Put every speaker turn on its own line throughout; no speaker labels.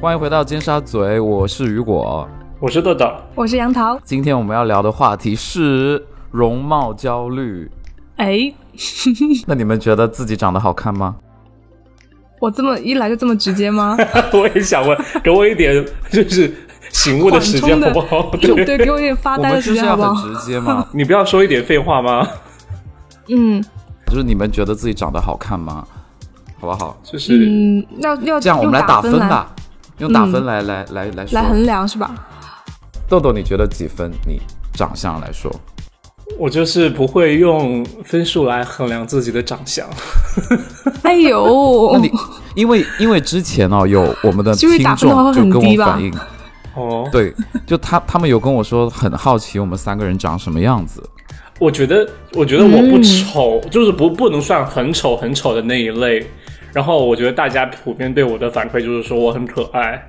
欢迎回到尖沙咀，我是雨果。
我是豆 豆，
我是杨桃。
今天我们要聊的话题是容貌焦虑。
哎，
那你们觉得自己长得好看吗？
我这么一来就这么直 接吗？
我也想问，给我一点就是醒悟的时间
缓冲
好不
的
好？
就
对，
对，给我一点发
我
呆
们
的
就
时
是
间
要
好不
很
好？
直接 嘛，
你不要说一点废话吗？
嗯
就是你们觉得自己长得好看吗？好不好？
就是、
嗯，要要
这样我们
用
来打
分
分
来
吧，用打分来、来来来说。
来衡量是 吧？
豆豆，你觉得几分？你长相来说，
我就是不会用分数来衡量自己的长相，
哎呦
那，你因为因为之前哦，有我们的
就是
听
打分的话
众
会
就
很
跟
低
我
吧
反映，
哦，
对，就他他们有跟我说很好奇我们三个人长什么样子。
我觉得，我觉得我不丑，
嗯
就是不不能算很丑很丑的那一类。然后我觉得大家普遍对我的反馈就是说我很可爱，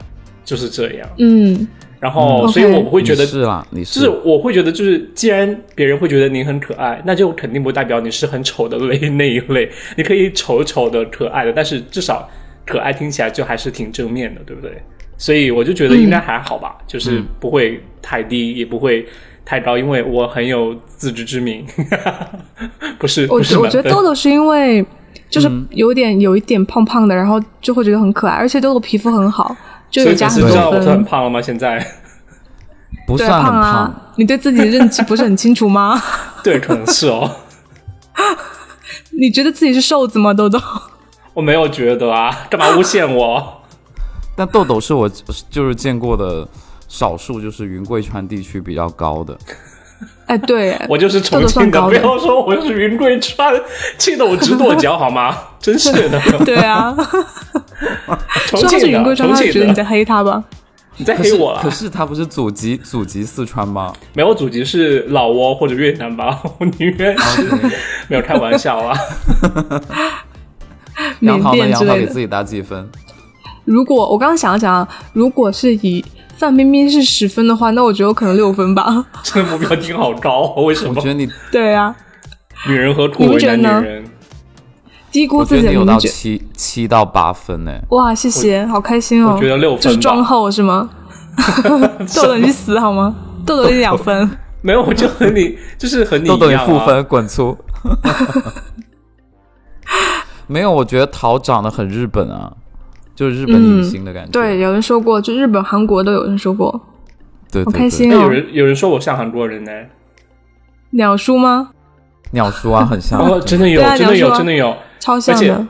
就是这样。
嗯，
然后，
嗯
所以
OK
我不会觉得，
你是啦，你
就是我会觉得，就是既然别人会觉得您很可爱，那就肯定不代表你是很丑的类那一类。你可以丑丑的、可爱的，但是至少可爱听起来就还是挺正面的，对不对？所以我就觉得
嗯
应该还好吧，就是不会太低，也不会太高，因为我很有自知之明。 不是，
我
不是
我
满
觉得
分
豆豆是因为就是
嗯
有点、有一点胖胖的，然后就会觉得很可爱，而且豆豆皮肤 很好，就
所
有
以
加
粉丝
很
知道
多
我很
分。
胖了吗？现在
不
对，
算很胖，
啊，你对自己的认知不是很清 楚吗？
对，可能是哦，
你觉得自己是瘦子 吗，豆豆？
我没有觉得啊，干嘛诬陷我？
但豆豆是我就是见过的少数，就是云贵川地区比较高的。
哎，对，
我就是重庆的，不要说我是云贵川，气得我直跺脚好 吗？真是的，
对啊，
重
说他是
庆
云
的，
贵川，
重
他
庆
会觉得你
的，
在黑他吧？
你在
可
黑
是
我了
可？是他不是祖籍祖籍四川吗？
没有，祖籍是老挝或者越南吧？我宁愿 是没有开玩笑啊。
杨
缅
桃呢？
甸
杨
之
桃
类
给
的
自。己打几分？
如果我刚刚想了想啊，如果是以范冰冰是十分的话，那我觉得我可能六分吧。
这个目标挺好高哦，为什
我
么
觉？得你，
对啊，
女人何苦为难女人？
低估
我
自
觉
己
得你
的
有
名
到
觉。
七七到八分呢、
哇，谢谢，好开心哦！
我觉得六分吧
就是忠厚 是吗？豆豆你去死好吗？豆豆一 两分，
没有，我就和你就是和你
豆豆
一
你
样
负
啊。
分，滚 出！没有，我觉得桃长得很日本啊，就是日本女星的感觉。
嗯对，有人说过，就日本、韩国都有人说过，
对对
好
对，
开心
哎
哦！
有人有人说我像韩国人呢，
鸟叔吗？
鸟叔啊，很 像。
哦，真的有
对，啊
真的
你要
有，
说
真的有。
超像
而且
的，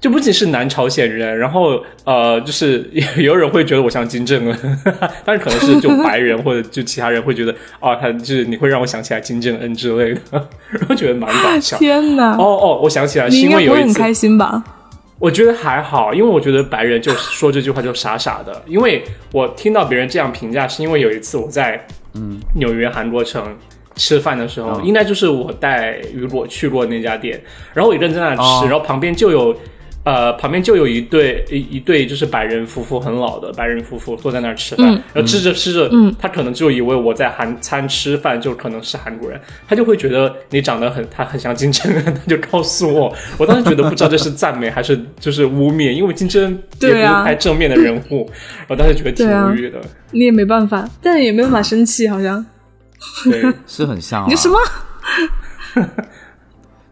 就不仅是南朝鲜人，然后呃，就是 也有人会觉得我像金正恩， 但是可能是就白人或者就其他人会觉得啊，他就是你会让我想起来金正恩之类的， 然后觉得蛮搞笑。
天啊哪！
哦哦，我想起来，是
你应
因
该
为
不
有
会
一
很
次，
开心吧？
我觉得还好，因为我觉得白人就说这句话就傻傻的，因为我听到别人这样评价，是因为有一次我在嗯纽约韩国城吃饭的时候，
嗯
应该就是我带雨果去过那家店，然后我一个人在那吃，
哦
然后旁边就有。呃，旁边就有一对一一对就是白人夫妇，很老的白人夫妇坐在那儿吃饭，
嗯
然后吃着吃着，
嗯
他可能就以为我在韩餐吃饭，就可能是韩国人，他就会觉得你长得很，他很像金正恩， 他就告诉我，我当时觉得不知道这是赞美还是就是污蔑，因为金正恩也不
对
是
啊
太正面的人物，我当时觉得挺
对啊
无语 的，
你也没办法，但也没办法生气，好像
对，
是很像、啊。
你什么？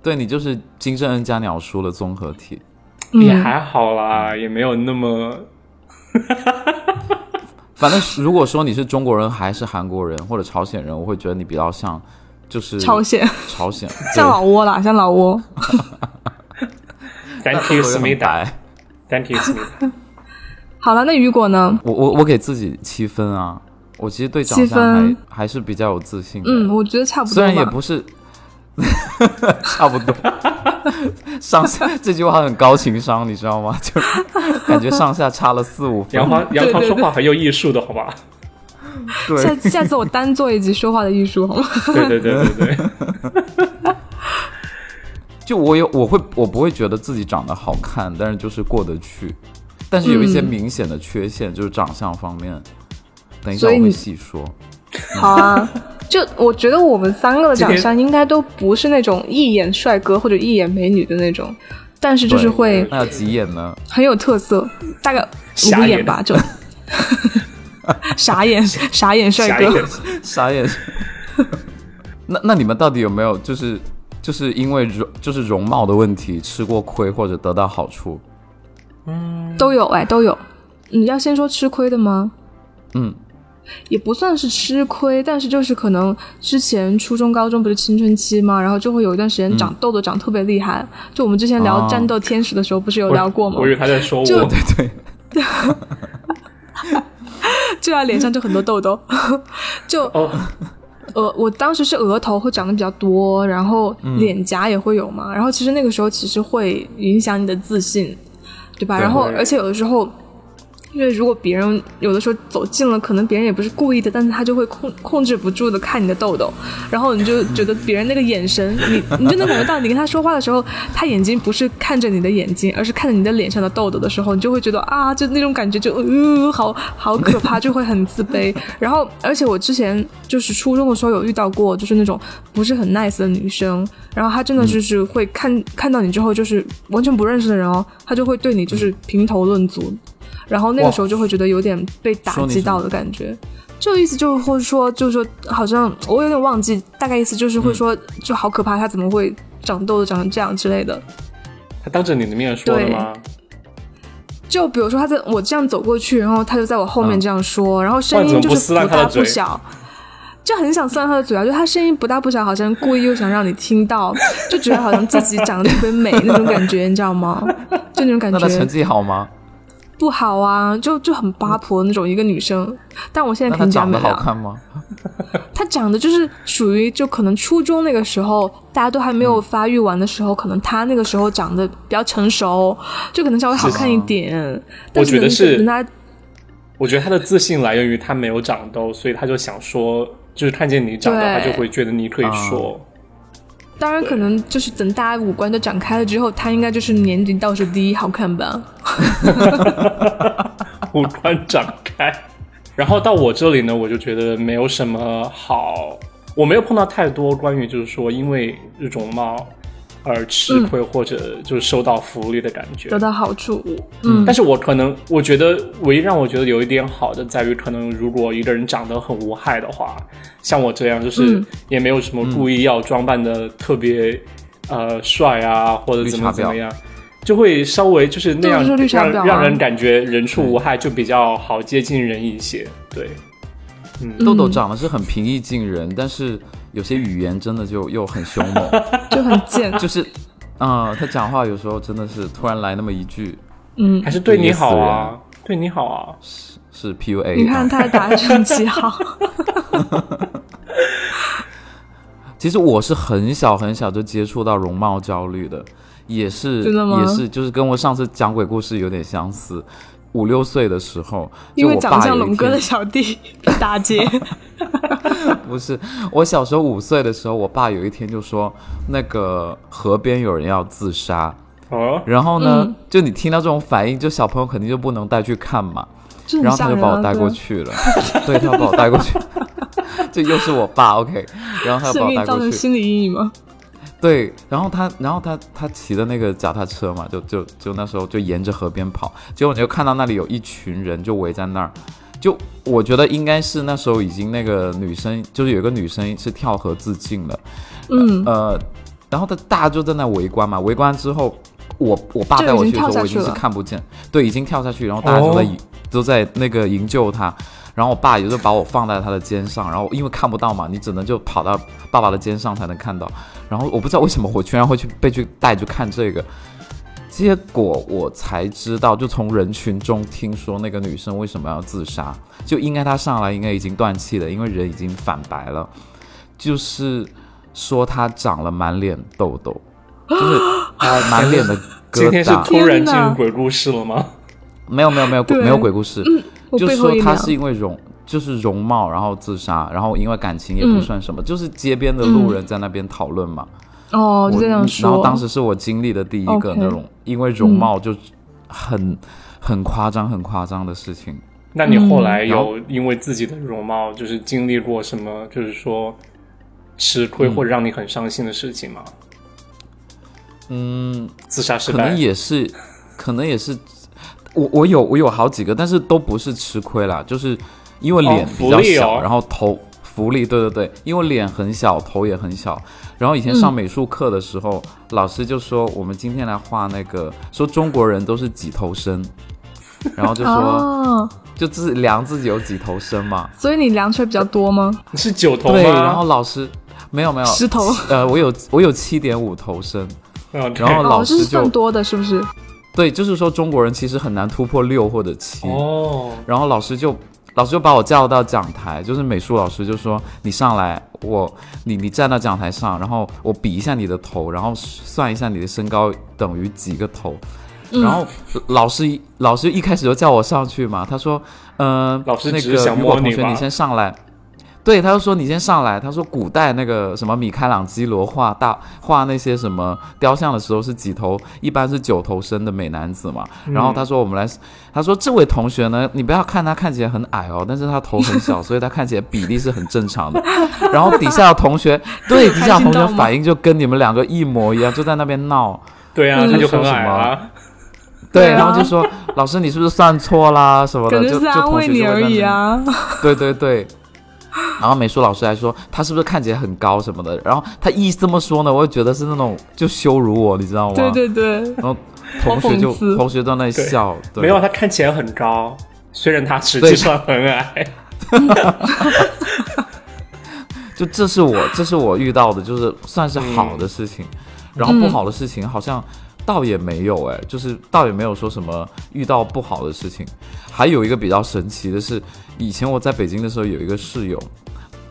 对你就是金正恩加鸟叔的综合体。
也
嗯
还好啦，也没有那么
反正如果说你是中国人还是韩国人或者朝鲜人，我会觉得你比较像，就是
朝鲜，
朝 鲜对
像老挝啦，像老挝。
thank
会 不会
you 思
很
密达
白
，thank you 思密达，
好了，那雨果呢？
我我我给自己七分啊，我其实对长
七
相还
分
还是比较有自信的。
嗯，，我觉得差不
虽
多
然也
吧。
不 是差不多，上下这句话很高情商，你知道吗？就感觉上下差了四五分
杨。花杨桃
对对
说话很有艺术的好吧？
下
对，
下次我单做一集说话的艺术好吗？
对对对对 对，
就我有我会我不会觉得自己长得好看，但是就是过得去，但是有一些
嗯
明显的缺陷，就是长相方面。等一下
所
我
以
会
你
细说。
好啊，就我觉得我们三个的长
今
相应该都不是那种一眼帅哥或者一眼美女的那种，但是就是
对
会
那要几眼呢？
很有特色，大概
瞎
五
眼
眼吧，就傻眼 傻眼帅
下一
哥
个，
傻眼。 那那你们到底有没有就是就是因为容就是容貌的问题吃过亏或者得到好处？
都有哎都有。你要先说吃亏的吗？
嗯，
也不算是吃亏，但是就是可能之前初中、高中不是青春期嘛，然后就会有一段时间
嗯
长痘痘长特别厉害。就我们之前聊
哦
战斗天使的时候，不是有
我
聊过吗
我以？为他在说
就
我，
对，
就啊，脸上就很多痘 痘，就
哦，
呃，我当时是额头会长得比较多，然后
嗯
脸颊也会有嘛，然后其实那个时候其实会影响你的自信，对吧？
对
然后
会
而且有的时候，因为如果别人有的时候走近了，可能别人也不是故意的，但是他就会控控制不住的看你的痘痘，然后你就觉得别人那个眼神，你你就能感觉到，你跟他说话的时候，他眼睛不是看着你的眼睛，而是看着你的脸上的痘痘的时候，你就会觉得啊，就那种感觉就，呃，好好可怕，就会很自卑。然后，而且我之前就是初中的时候有遇到过，就是那种不是很 nice 的女生，然后她真的就是会看、看到你之后，就是完全不认识的人哦，她就会对你就是评头论足，然后那个时候就会觉得有点被打
说你
击
什么
到的感觉。就意思就是或者说，就是说，好像我有点忘记，大概意思就是会说，
嗯
就好可怕，她怎么会长痘痘长成这样之类的。
他当着你的面说的
对
吗？
就比如说，他在我这样走过去，然后他就在我后面
嗯
这样说，然后声
哇怎
音
么
就
不
是
撕
不
烂他
大
的嘴
不小，就很想撕烂他的嘴啊！就他声音不大不小，好像故意又想让你 听到，就觉得好像自己长得特别美那种感觉，你知 道吗？就那种感
那他成
觉
绩好吗？
不好啊，就就很八婆那种一个女生。但我现在
那他
评价
长
美啊
得好
了，
看吗？
她长得就是属于就可能初中那个时候，大家都还没有发育完的时候，可能她那个时候长得比较成熟，就可能稍微
啊
好看一点。但
我觉得
能
是
等她
我觉得他的自信来源于他没有长痘，所以他就想说，就是看见你长痘，他
对
就会觉得你可以说。
当然，可能就是等大家五官都展开了之后，她应该就是年级倒数第一好看吧？
五官展开。然后到我这里呢，我就觉得没有什么好，我没有碰到太多关于就是说因为容貌而吃亏或者就是受到福利的感觉。
得到好处，嗯
但是我可能我觉得唯一让我觉得有一点好的在于，可能如果一个人长得很无害的话，像我这样就是
嗯
也没有什么故意要装扮的特别、呃帅啊或者怎么
绿茶
怎
婊
么样，就会稍微就是那样
就是绿茶
让
婊啊
让人感觉人畜无害，就比较好接近人一些。对，
嗯豆
嗯
豆长得是很平易近人，但是有些语言真的就又很凶猛，
就很贱，
就是，啊、他讲话有时候真的是突然来那么一句，
嗯。
还是对你好
意
啊，对你好啊。
是 PUA。
你看她打成绩 好，
其实我是很小很小就接触到容貌焦虑的，也是
真的吗
也是就是跟我上次讲鬼故事有点相似。五六岁的时候，
因
就
为
我
长
爸
相
有一
龙哥的
天
小弟被打劫，
不是我小时候五岁的时候，我爸有一天就说那个河边有人要自杀，
哦，
然后呢，
嗯
就你听到这种反应，就小朋友肯定就不能带去看嘛，
就
然
很
后他
吓
就
人
把
啊！
我带
对
过
吧
去了，对，他把我带过去， 这又是我爸，OK，然后他
是
就把我
给你
带
造
过
成
去，
心理阴影吗？
对，然后他，然后他，他骑的那个脚踏车嘛，就就就那时候就沿着河边跑，结果你就看到那里有一群人就围在那儿，就我觉得应该是那时候已经那个女生，就是有一个女生是跳河自尽了，
嗯，
呃，然后他大家就在那围观嘛，围观之后，我我爸
就
带
已
我
经
去的时候，
跳下
我已
去
经是
了
看不见，对，已经跳下去，然后大家都在、
哦
都在那个营救他，然后我爸也就把我放在他的肩上，然后因为看不到嘛，你只能就跑到爸爸的肩上才能看到，然后我不知道为什么我居然会去被去带去看这个。结果我才知道，就从人群中听说那个女生为什么要自杀，就应该她上来应该已经断气了，因为人已经反白了。就是说她长了满脸痘痘， 就是她满脸的
今
疙
天是
瘩。
突然进
天哪
入鬼故事了吗？
没有没有没有
对嗯
没有鬼故事，
我
就
背
是
后
说
一
她
凉。
是因为容就是容貌然后自杀，然后因为感情也不算什
嗯
么，就是街边的路人在那边讨论嘛。
哦，就这样说。
然后当时是我经历的第一个
OK 嗯
那种因为容貌就很、很夸张很夸张的事情。
那你后来
嗯然后
有因为自己的容貌，就是经历过什么，就是说吃亏或者让你很伤心的事情吗？
嗯，
自杀失
可能
败，
也是，可能也是。我我有我有好几个，但是都不是吃亏啦，就是因为脸
哦
比
福
较
利哦
小，然后头福利，对对对，因为脸很小，头也很小。然后以前
嗯
上美术课的时候，老师就说我们今天来画那个，说中国人都是几头 身，然后就说、
哦，
就自量自己有几头身嘛，
所以你量出来比较多吗？
你是九头吗？
对，然后老师没有没有
十头，
呃，我有我有七点五头身，
嗯，对
然后老
哦，这
师
是
就、
算多的，是不是？
对，就是说中国人其实很难突破六或者七、
哦，
然后老师就老师就把我叫到讲台，就是美术老师就说你上来，我你你站到讲台上，然后我比一下你的头，然后算一下你的身高等于几个头。然
哦
后老师一老师一开始就叫我上去嘛，他说，嗯、
老师
那
只是
个
想
雨果
摸
同
你
学呃
吧
你先上来，对，他就说你先上来，他说古代那个什么米开朗基罗画大画那些什么雕像的时候是几头，一般是九头身的美男子嘛，
嗯
然后他说我们来他说：“这位同学呢，你不要看他看起来很矮哦，但是他头很小，所以他看起来比例是很正常 的。然后底下的同学，对
这
底
个
下的同
开心
学
到吗
反应就跟你们两个一模一样，就在那边闹。
对啊，
嗯
他就很矮啊，
对，
对啊
然后就说老师你是不是算错啦什么的，
感觉
就是就
安
同
慰
学
你
就会
而
在那
已
边
啊。
对对对。然后美术老师还说他是不是看起来很高什么的，然后他一这么说呢，我就觉得是那种就羞辱我，你知道吗？
对对对，
然后同学就
好讽刺
同学都在那里
对
笑，对
没有，他看起来很高，虽然他实
对
际上很矮。
就这是我这是我遇到的，就是算是好的事情，然后不好的事情好像倒也没有哎，就是倒也没有说什么遇到不好的事情。还有一个比较神奇的是，以前我在北京的时候有一个室友，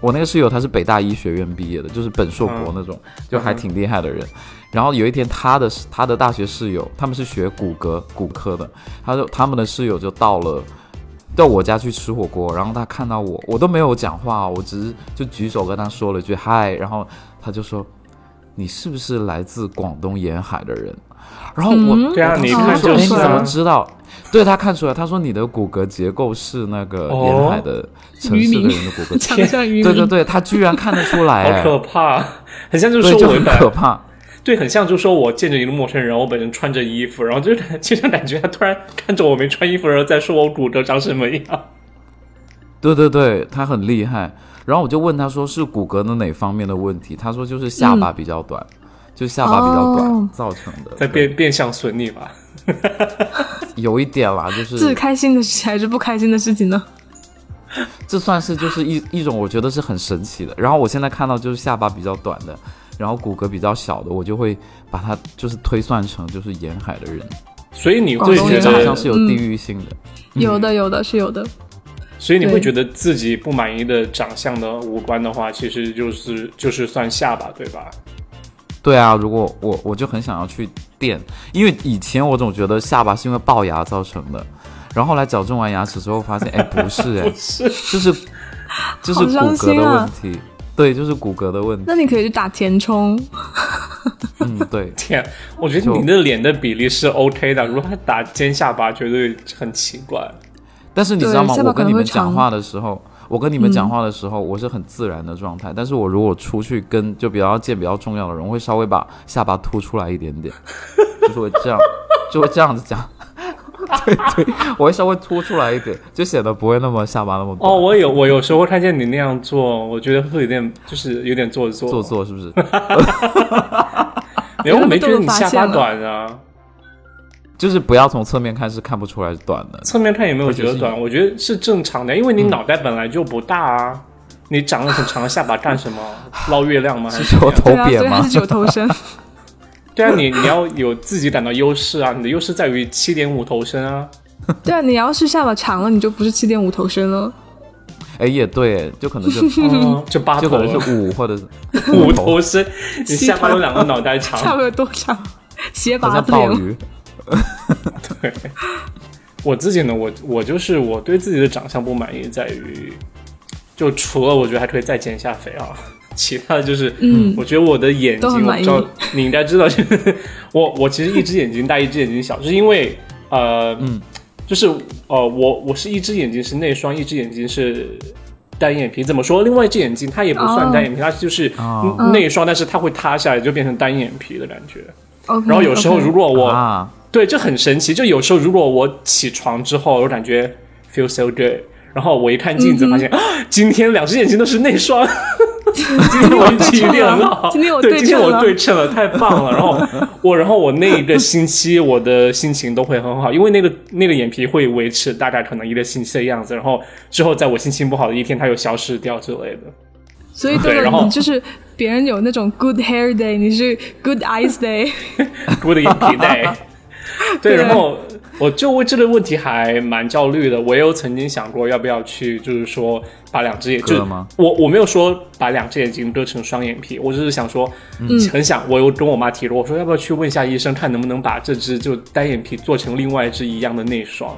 我那个室友他是北大医学院毕业的，就是本硕博那种，就还挺厉害的人。然后有一天，他的他的大学室友，他们是学骨骼骨科的，他就他们的室友就到了到我家去吃火锅，然后他看到我，我都没有讲话哦，我只是就举手跟他说了一句嗨，然后他就说你是不是来自广东沿海的人？然后我、
嗯
对啊
我当时
你
看
说
就
哎你
是啊
怎么知道？对他看出来，他说你的骨骼结构是那个
哦
沿海的城市
渔
的
民
人的骨 骼结构。
长得像渔民。
对对对，他居然看得出来，
好
哎
可怕，很像就是
对，就
说我
很
本来
可怕。
对，很像就是说我见着一个陌生人，我本人穿着衣服，然后就是就像感觉他突然看着我没穿衣服，然后再说我骨折长什么样。
对对对，他很厉害。然后我就问他说是骨骼的哪方面的问题，他说就是下巴比较短，就下巴比较短、
哦
造成的。
在变变相损你吧，
有一点啦，就
这是
是
开心的事情还是不开心的事情呢？
这算是就是一一种我觉得是很神奇的。然后我现在看到就是下巴比较短的，然后骨骼比较小的，我就会把它就是推算成就是沿海的人，
所以你
广
会
哦东嗯
其
觉
实
人
好
得
像，是有地域性的。
有的，有的是有的。
所以你会
对
觉得自己不满意的长相的五官的话，其实就是就是算下巴对吧？
对啊，如果我我就很想要去垫，因为以前我总觉得下巴是因为龅牙造成的，然后后来矫正完牙齿之后发现，哎，不是哎、
不是，
就是就是
好
骨
伤
骼
心
的问
啊
题，对，就是骨骼的问题。
那你可以去打填充，
嗯，对，
天，我觉得
就
你的脸的比例是 OK 的，如果他打尖下巴，绝对很奇怪。
但是你知道吗？
对下巴
我
可
跟
能
你们
会
讲
长嗯
话的时候，我跟你们讲话的时候，我是很自然的状态。但是我如果出去跟就比较见比较重要的人，我会稍微把下巴凸出来一点点，就是会 这样，就会这样子讲。 对对，我会稍微凸出来一点，就显得不会那么下巴那么短
哦，我有我有时候看见你那样做，我觉得会有点就是有点做作
做作是不是？
然后我没觉得你下巴短啊，
就是不要从侧面看是看不出来是短的。
侧面看也没有觉得短，我觉得是正常的，因为你脑袋本来就不大啊，你长了很长的下巴干什么？捞月亮吗？还
是
是怎
说
么样
头
对啊，所
扁
以
吗
他是？九头 身。
对啊，你你要有自己感到优势啊，你的优势在于七点五头身啊，
对啊，你要是下巴长了，你就不是七点五头身
哦
了。
哎，也对，就可能 就
嗯，就八
就
头
可
了
能是
嗯
五或者是
五头身，你下巴有两个脑袋
下
长
巴。有多长？ 斜
好
拔
像
子
鲍
脸。
鱼。
我自己呢，我我就是我对自己的长相不满意，在于就除了我觉得还可以再减一下肥啊， 其他的就是，
嗯
我觉得我的眼
都
睛，
很
我
满
不
意
知道你应该知道，就是 我我其实一只眼睛大，一只眼睛小，就是因为呃，
嗯，
就是呃，我我是一只眼睛是内双，一只眼睛是。单眼皮怎么说？另外一只眼睛它也不算
哦
单眼皮，它就是
哦
内双，但是它会塌下来，就变成单眼皮的感觉。
OK，
然后有时候
嗯 OK
如果我
啊，
对，这很神奇。就有时候如果我起床之后，我感觉 feel so good，然后我一看镜子，发
嗯
现、啊今天两只眼睛都是内 双，今天我运气一定很好，
今天我
对
对
今天
称
我
了
对称了，太棒了。然后 我，然后我那一个星期我的心情都会很好，因为那个那个眼皮会维持大概可能一个星期的样子，然后之后在我心情不好的一天，它又消失掉之类的。
所以豆
对然
豆
后
你就是别人有那种 good hair day，你是 good eyes day，
我的眼皮带。对，
对
然后我就为这个问题还蛮焦虑的。我也有曾经想过要不要去，就是说把两只眼
割
就
吗
我我没有说把两只眼睛割成双眼皮，我只是想说，很想我有跟我妈提过，我说要不要去问一下医生，看能不能把这只就单眼皮做成另外一只一样的内双。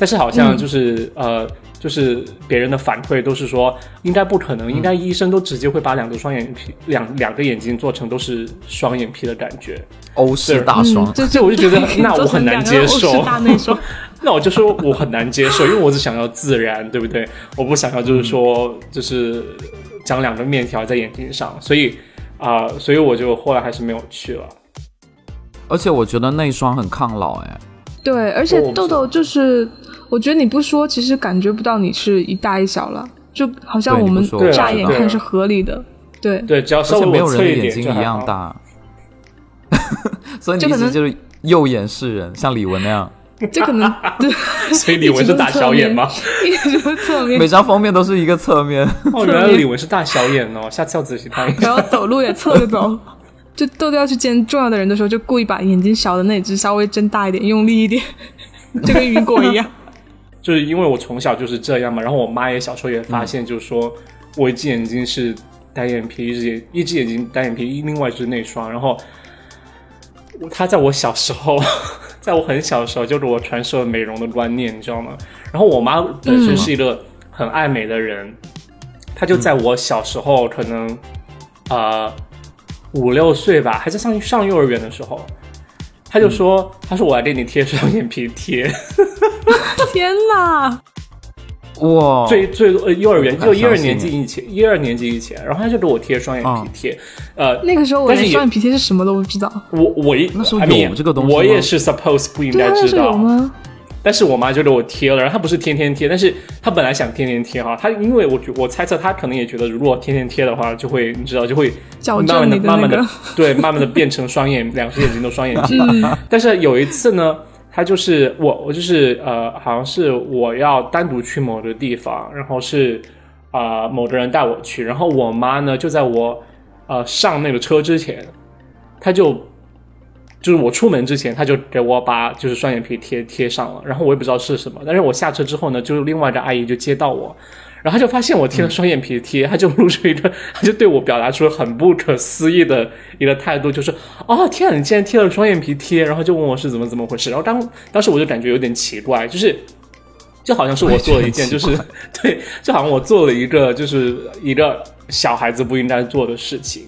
但是好像就是、呃，就是别人的反馈都是说应该不可能，应该医生都直接会把两个双眼皮两两个眼睛做成都是双眼皮的感觉。
欧式
是
大双
嗯，，就
所以我就觉得那我很难接受
做成两个欧式大内双，
那我就说我很难接受，因为我只想要自然，对不对？我不想要就是说
嗯
就是长两个面条在眼睛上，所以啊、所以我就后来还是没有去了。
而且我觉得内双很抗老，哎，
对，而且
我不知道
豆豆就是，我觉得你不说，其实感觉不到你是一大一小了，就好像
对
我
你不
们
说我
乍
知
眼
道
看是合理的，对，
对，只要
而
稍
且
微
没有
我
人的
侧一
眼
点
睛
就
一
还
样
好。
大， 所以你
就
意
可
思
能
就是右眼是人，像李玟那样，
这 可能对，
所以李玟是大小眼 吗？
一直都是侧面，
每张封面都是一个侧面。
哦，原来李玟是大小眼哦，下次要仔细看一下。
然后走路也侧 着走。就豆豆要去见重要的人的时候，就故意把眼睛小的那只稍微睁大一点，用力一 点，就跟雨果一样。
就是因为我从小就是这样嘛，然后我妈也小时候也发现，就是说我一只眼睛是单眼皮，一只眼一只眼睛单眼皮，另外一只内双。然后我她在我小时候，在我很小的时候就给我传授了美容的观念，你知道吗？然后我妈本身是一个很爱美的人，她就在我小时候可能呃五六岁吧，还在上上幼儿园的时候。她就说：“她说我来给你贴双眼皮贴，
天哪！
哇，
最最多呃幼儿园
哦不敢
就一二
相信啊
年级以前，一二年级以前，然后他就给我贴双眼皮贴，呃，
那个时候我
但是
连
也
双眼皮贴是什么都不知道。
我我一
那时候
I mean，
有这个东西吗
我也是 suppose 不应
对啊，
该
那
知
时候有
道，
吗？
但是我妈就给我贴了，然后她不是天天贴，但是她本来想天天贴哈，她因为我觉我猜测她可能也觉得如果天天贴的话，就会你知道就会
矫
慢
正
慢的
你
慢
那
慢的
个，
对慢慢的变成双眼两只眼睛都双眼皮，但是有一次呢，他就是我，我就是呃，好像是我要单独去某个地方，然后是啊、呃某个人带我去，然后我妈呢就在我呃上那个车之前，她就就是我出门之前，她就给我把就是双眼皮贴贴上了，然后我也不知道是什么，但是我下车之后呢，就是另外一个阿姨就接到我。然后她就发现我
嗯
贴了双眼皮贴，她就露出一个， 她就对我表达出了很不可思议的一个态度，就是哦天啊，你竟然贴了双眼皮贴，然后就问我是怎么怎么回事，然后当当时我就感觉有点奇怪，就是就好像是我做了一件，就是 对，就好像我做了一个就是一个小孩子不应该做的事情。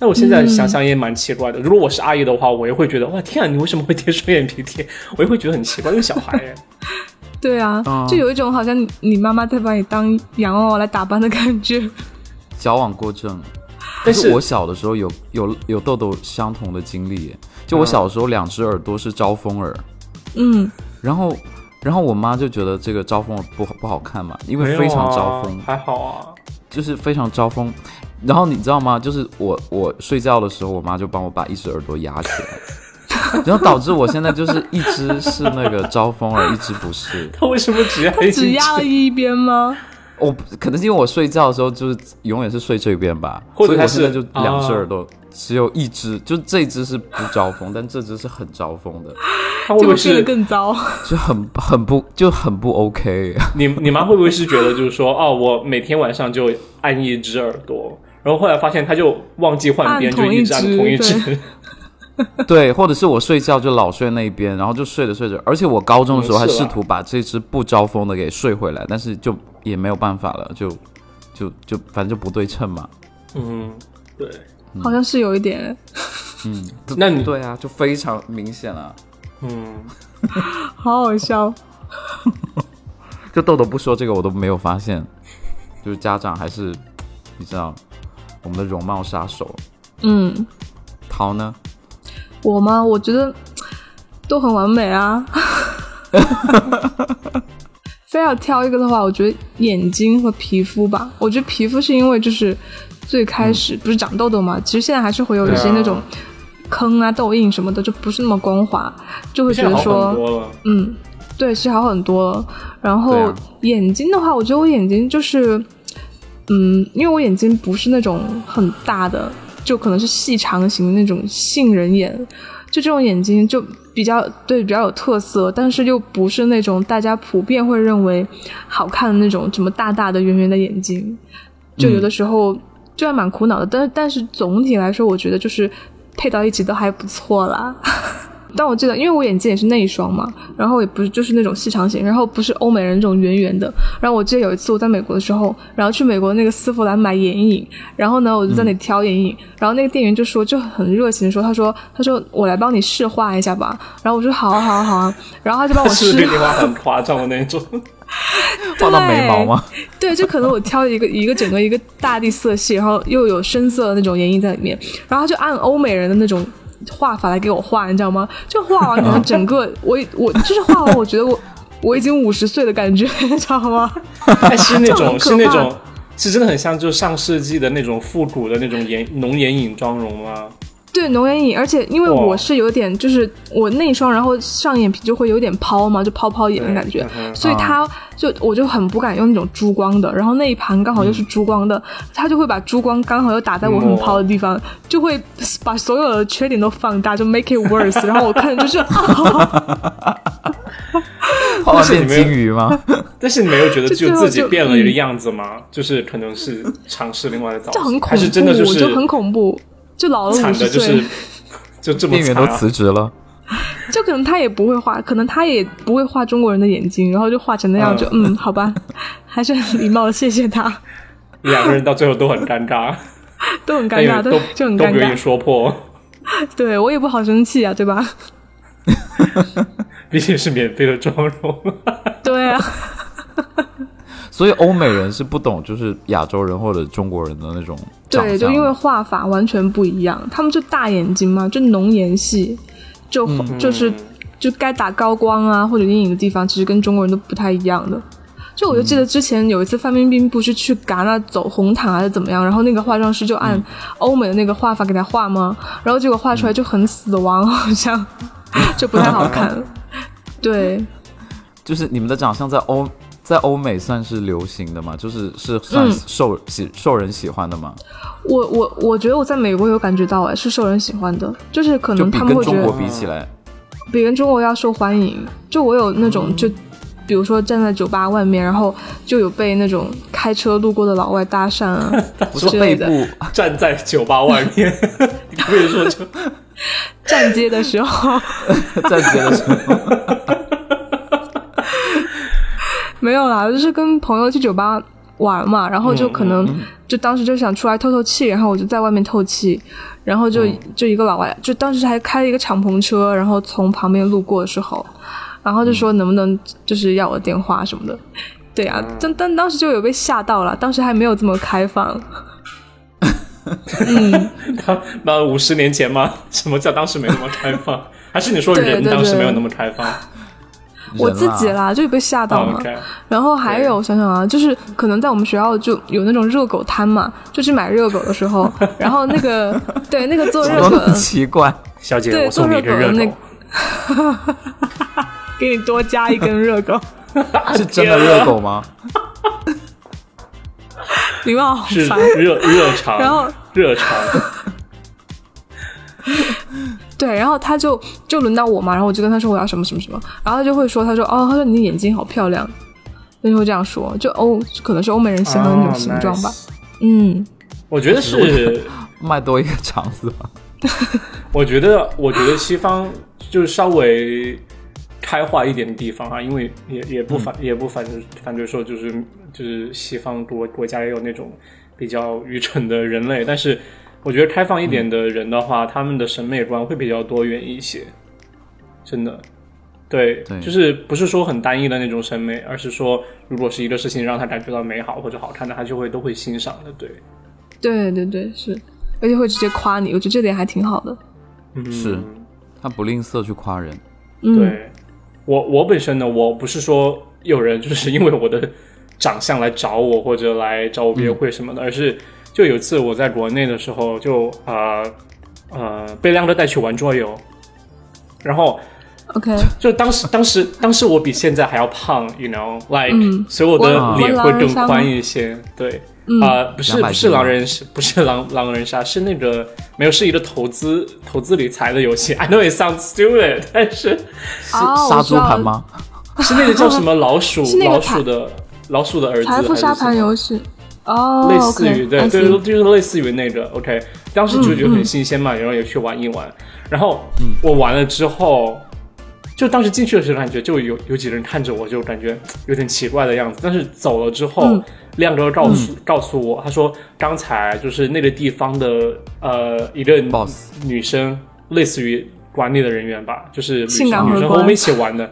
但我现在想想也蛮奇怪
嗯
的，如果我是阿姨的话，我也会觉得哇天啊，你为什么会贴双眼皮贴？我也会觉得很奇怪，因为小孩耶
对啊
哦
嗯，
就有一种好像你你妈妈在把你当洋娃娃来打扮的感觉。
矫枉过正。
但
就是
是
我小的时候有有有豆豆相同的经历耶，就我
嗯
小时候两只耳朵是招风耳，
嗯，
然后然后我妈就觉得这个招风耳不好不好看嘛，因
没
为
有
非常招风
啊，，还好啊。
就是非常招风。然后你知道吗？就是我我睡觉的时候，我妈就帮我把一只耳朵压起来，然后导致我现在就是一只是那个招风耳，一只不是。
他为什么只压一只
只压了一边吗？
我哦可能是因为我睡觉的时候就是永远是睡这边吧，
或
所
者
以
它
我
是
现在就两只耳朵，只有一只，就这只是不招风，但这只是很招风的，
他会
就
哎不
会
会
变得
是
更糟。
就很很不就很不 OK。
你你妈会不会是觉得就是说哦，我每天晚上就按一只耳朵，然后后来发现她就忘记换边，
按
就
同
一
一
直按
只
同一只。
对，或者是我睡觉就老睡那一边，然后就睡着睡着，而且我高中的时候还
没事
试
啦
图把这只不招风的给睡回来，但是就也没有办法了，就就就反正就不对称嘛。
嗯，对。
好像是有一点，
那你
对啊，就非常明显啊。
嗯，
好好笑。
就豆豆不说这个，我都没有发现，就是家长还是你知道我们的容貌杀手。
嗯，
桃呢？
我吗？我觉得都很完 美啊。非要挑一个的话，我觉得眼睛和皮肤吧。我觉得皮肤是因为就是最开始、不是长痘痘嘛，其实现在还是会有一些
嗯对啊
那种坑啊、痘印什么的，就不是那么光滑，就会觉
现
得
在好
说
很，多了，
嗯，对，是好很多了。然
对
后
啊
眼睛的话，我觉得我眼睛就是，嗯，因为我眼睛不是那种很大的，就可能是细长型那种杏仁眼，就这种眼睛就比较对比较有特色，但是又不是那种大家普遍会认为好看的那种什么大大的圆圆的眼睛，就有的时候就还蛮苦恼的。但但是总体来说，我觉得就是配到一起都还不错啦。 但我记得，因为我眼睛也是内双嘛，然后也不是就是那种细长型，然后不是欧美人这种圆圆的。然后我记得有一次我在美国的时候，然后去美国那个丝芙兰买眼影，然后呢我就在那里挑眼影，然后那个店员就说就很热情地说，他说他说我来帮你试画一下吧，然后我说好啊好啊好啊，然后他就帮我
是
试
给你画很夸张的那 种，
画到眉毛吗？
对，就可能我挑一个一个整个一个大地色系，然后又有深色的那种眼影在里面，然后他就按欧美人的那种画法来给我画，你知道吗？就画完可能整个我我就是画完，我觉得我我已经五十岁的感觉，你知道吗？
但是那种
这
是
很可怕
那种是真的很像就上世纪的那种复古的那种眼浓眼影妆容吗？
对浓眼影，而且因为
哇
我是有点就是我内双，然后上眼皮就会有点抛嘛，就泡泡眼的感觉
对，嗯哼
所以它就我就很不敢用那种珠光的，然后那一盘刚好
嗯
又是珠光的，它就会把珠光刚好又打在我很抛的地方，就会把所有的缺点都放大，就 make it worse，然后我看着就是 啊，
画到变金鱼吗？
但是你没有觉得
就
只
最
有
后
自己
就嗯
变了一个样子吗？就是可能是尝试另外的造
就很
型，
恐
还
怖，
是真的
就
就是
很恐怖，就老了五
惨
十
的就
岁，
是就 这么
店员
惨
都
啊？
辞职了，
就可能他也不会画，可能他也不会画中国人的眼睛，然后就画成那样，
嗯
就嗯，好吧，还是很礼貌的，谢谢他，
两个人到最后都很尴尬，
都很
但
尴
也
尬，
哎都
就很
都
尴
不愿意
尬，
说破，
对我也不好生气啊，对吧？
毕竟是免费的妆容。
对啊，
所以欧美人是不懂，就是亚洲人或者中国人的那种长
对，
相
就因为画法完全不一样，他们就大眼睛嘛，就浓颜系，就、
嗯
就是就该打高光啊或者阴影的地方，其实跟中国人都不太一样的。就我就记
嗯
得之前有一次范冰冰不是去戛纳走红毯还是怎么样，然后那个化妆师就
嗯
按欧美的那个画法给她画嘛，然后结果画出来就很死亡，好像 就不太好看。 对，
就是你们的长相在欧在欧美算是流行的吗？就是是算
嗯
受喜、受人喜欢的吗？
我我我觉得我在美国有感觉到哎，是受人喜欢的，就是可
就
能
比
嗯他
跟
们会觉
中
得
国比起来，
比跟中国要受欢迎。就我有那种，就比如说站在酒吧外面，然后就有被那种开车路过的老外搭讪啊
不是
之
背
类的。
部
站在酒吧外面，你可以说就
站街的时候
站街的时候，
没有啦， 就是跟朋友去酒吧玩嘛，然后就可能就当时就想出来透透气，然后我就在外面透气，然后就就一个老外，就当时还开了一个敞篷车，然后从旁边路过的时候，然后就说能不能就是要我的电话什么的。对啊，但但当时就有被吓到了，当时还没有这么开放。
他那五十年前吗？什么叫当时没那么开 放？还是你说人
对对
当时没有
对
那么开放哦
我自己
人啊啦，
啦，就被吓到嘛。
？OK，
然后还有想想啊，就是可能在我们学校就有那种热狗摊嘛，就去买热狗的时 时候，然后那个对那个做
怎
热
么
狗
那
的
么奇怪？
小姐，
对
我送你一根
做热狗
热
的那
狗
个。给你多加一根热狗，
是真的热狗吗？
你们好
是
烦。
热热肠，
然后
热肠，
对，然后他就就轮到我嘛，然后我就跟他说我要什么什么什么，然后他就会说，他说哦，他说你的眼睛好漂亮，他就会这样说，就欧可能是欧美人喜欢的那种
哦
形状吧。
啊，nice
嗯，
我觉得 是，
卖多一个肠子吧。
我觉得，我觉得西方就是稍微开化一点的地方啊，因为也也不反、也不反反对说就是就是西方国国家也有那种比较愚蠢的人类，但是我觉得开放一点的人的话，他们的审美观会比较多元一些，真的。对，
对
就是不是说很单一的那种审美，而是说，如果是一个事情让他感觉到美好或者好看的，他就会都会欣赏的。对，
对对对是，而且会直接夸你，我觉得这点还挺好的。
嗯
是他不吝啬去夸人，
嗯，
对我我本身呢，我不是说有人就是因为我的长相来找我或者来找我
嗯
约会什么的，而是就有一次我在国内的时候就呃呃被亮哥带去玩桌游，然后
，OK，
就当时当时当时我比现在还要胖，you know，like，、
嗯
所以我
哇
的脸会
我狼人
更
杀吗
宽一些，对。
嗯
啊、不是
200
不是
斤吗
狼人杀，不是狼狼人杀，是那个没有是一个投资投资理财的游戏。I know it sounds stupid，但是
哦，
杀
我知
猪
道
盘
了？
吗？
是那个叫 什么老鼠
是那个
老
盘
鼠的老鼠的儿子
财富
还是
沙
什么
盘游戏，哦，
类似于
OK，
对
I
对，
see
就是类似于那个 OK。当时就觉得很新鲜嘛，然后也去玩一玩。然后我玩了之后，就当时进去的时候感觉就有有几个人看着我，就感觉有点奇怪的样子。但是走了之后，
嗯
亮哥告诉、告诉我，他说刚才就是那个地方的呃一个
Boss
女生，类似于管理的人员吧，就是女
性感
生女
荷
生
官
和我们一起玩的。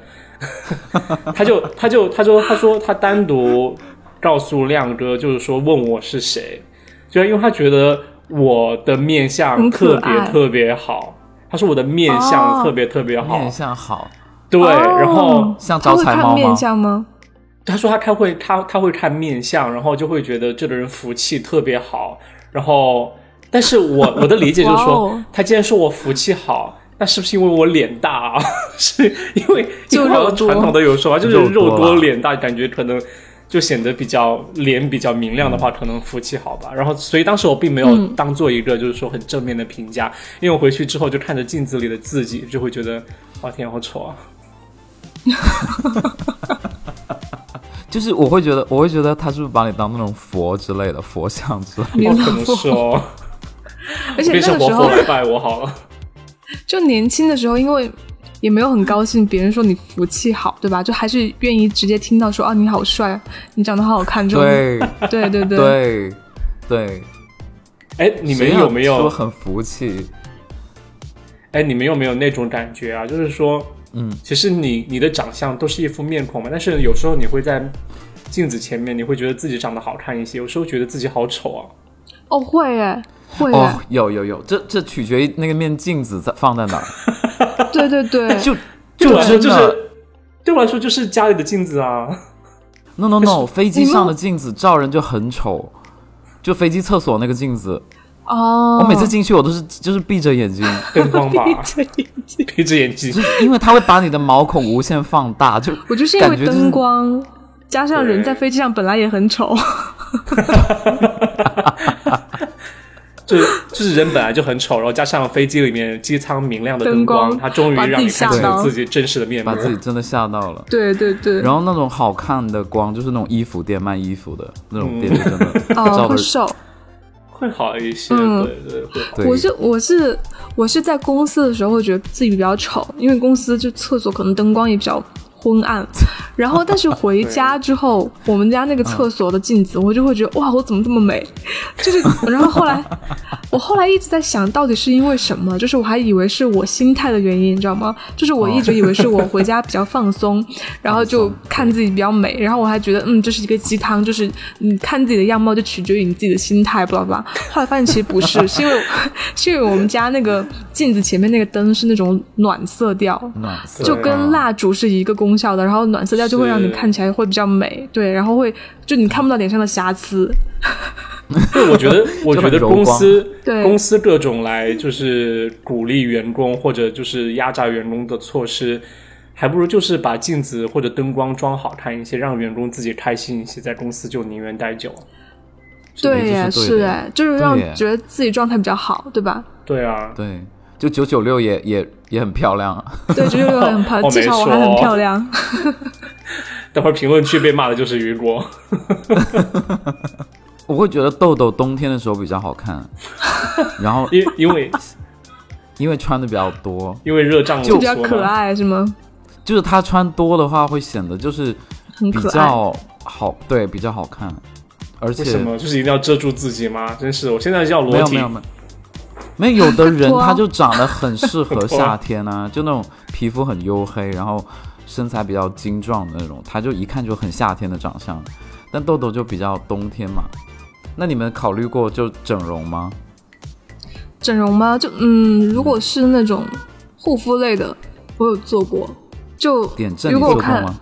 他就他就他说他说他单独告诉亮哥，就是说问我是谁，就因为他觉得我的面相
很
特
可
别
爱
特别好，他说我的面相
哦
特别特别好，
面相好，
对，
哦
然后
像
他
招
会
财
看
猫吗
面？相吗？
他说他看会他他会看面相，然后就会觉得这个人福气特别好，然后但是我 我的理解就是说，
哇哦
他既然说我福气好。 那是不是因为我脸大啊？是因为
就
因为好
肉
像
多
传统的有说法，就是
肉多
肉多
了
脸大，感觉可能就显得比较脸比较明亮的话，可能福气好吧。然后，所以当时我并没有
嗯
当做一个就是说很正面的评价，因为我回去之后就看着镜子里的自己，就会觉得哇天，好丑啊！
就是我会觉得，我会觉得他是不是把你当那种佛之类的佛像之类的？
哦
明
可
白
能是哦。
而且
变
那
成
个时
活佛
候
来拜我好了。
就年轻的时候，因为也没有很高兴别人说你福气好，对吧？就还是愿意直接听到说啊你好帅，你长得好好看这种。
对
对对对
对对，
哎，你们有没
谁要说
有？
很服气？
哎，你们有没有那种感觉啊？就是说，
嗯，
其实你你的长相都是一副面孔嘛，但是有时候你会在镜子前面，你会觉得自己长得好看一些，有时候觉得自己好丑啊。
哦会哎会哎，
哦，有有有，这这取决于那个面镜子在放在哪儿，
对对对，
就
对
就
我来说
真
就
的
是，对我来说就是家里的镜子啊。
no no no，飞机
你们
上的镜子照人就很丑，就飞机厕所那个镜子，
哦，
我每次进去我都是就是闭着眼睛，
灯光吧，
闭着眼睛
闭着眼睛
就。是因为它会把你的毛孔无限放大，就
我就是因为
感觉就是
灯光。加上人
对
在飞机上本来也很丑，
就就是人本来就很丑，然后加上飞机里面机舱明亮的灯
灯光
它终于
把自己
让你
吓
看清了
到
自己真实的面目
把。自己真的吓到了。
对对对，
然后那种好看的光，就是那种衣服店卖衣服的那种店，真的
哦
照
会
的
瘦，
会好一些，
嗯
对对会好。
对
我是我是我是在公司的时候，我觉得自己比较丑，因为公司就厕所可能灯光也比较昏暗。然后，但是回家之后，我们家那个厕所的镜子，我就会觉得哇，我怎么这么美？就是，然后后来我后来一直在想到底是因为什么，就是我还以为是我心态的原因，你知道吗？就是我一直以为是我回家比较放松，然后就看自己比较美，然后我还觉得嗯，这是一个鸡汤，就是你看自己的样貌就取决于你自己的心态，巴拉巴拉。后来发现其实不是，是因为是因为我们家那个镜子前面那个灯是那种暖色调，
暖色，
就跟蜡烛是一个功效的，然后暖色调就会让你
是
看起来会比较美，对，然后会就你看不到脸上的瑕疵，
对，我 觉得，我觉得公司
对
公司各种来就是鼓励员工或者就是压榨员工的措施，还不如就是把镜子或者灯光装好看一些，让员工自己开心一些，在公司就宁愿待久。
对
这
耶，
是对
是
的
耶，就是让
对耶
觉得自己状态比较好，对吧？
对啊，
对，就九九六也也也很漂亮，
对，就是我 很漂
哦
我
亮，
没
至少我还很漂亮。
等会儿评论区被骂的就是雨果。
我会觉得豆豆冬天的时候比较好 看，然后
因因为
因为穿的比较多，
因为热胀冷
就
缩
比较可
嘛，
爱是吗？
就是他穿多的话会显得就是
很
比
可爱。
较好，对，比较好看，而
为什
且
么就是一定要遮住自己吗？真是，我现在要
没
裸
有
体
没有没有。没有，有的人
脱啊
他就长得很适合
很脱啊
夏天 啊，就那种皮肤很黝黑，然后身材比较精壮的那种，他就一看就很夏天的长相。但豆豆就比较冬天嘛。那你们考虑过就整容吗？
整容吗？就嗯，如果是那种护肤类的，我有做过，就
点阵
如
你
果我
做过
看
吗？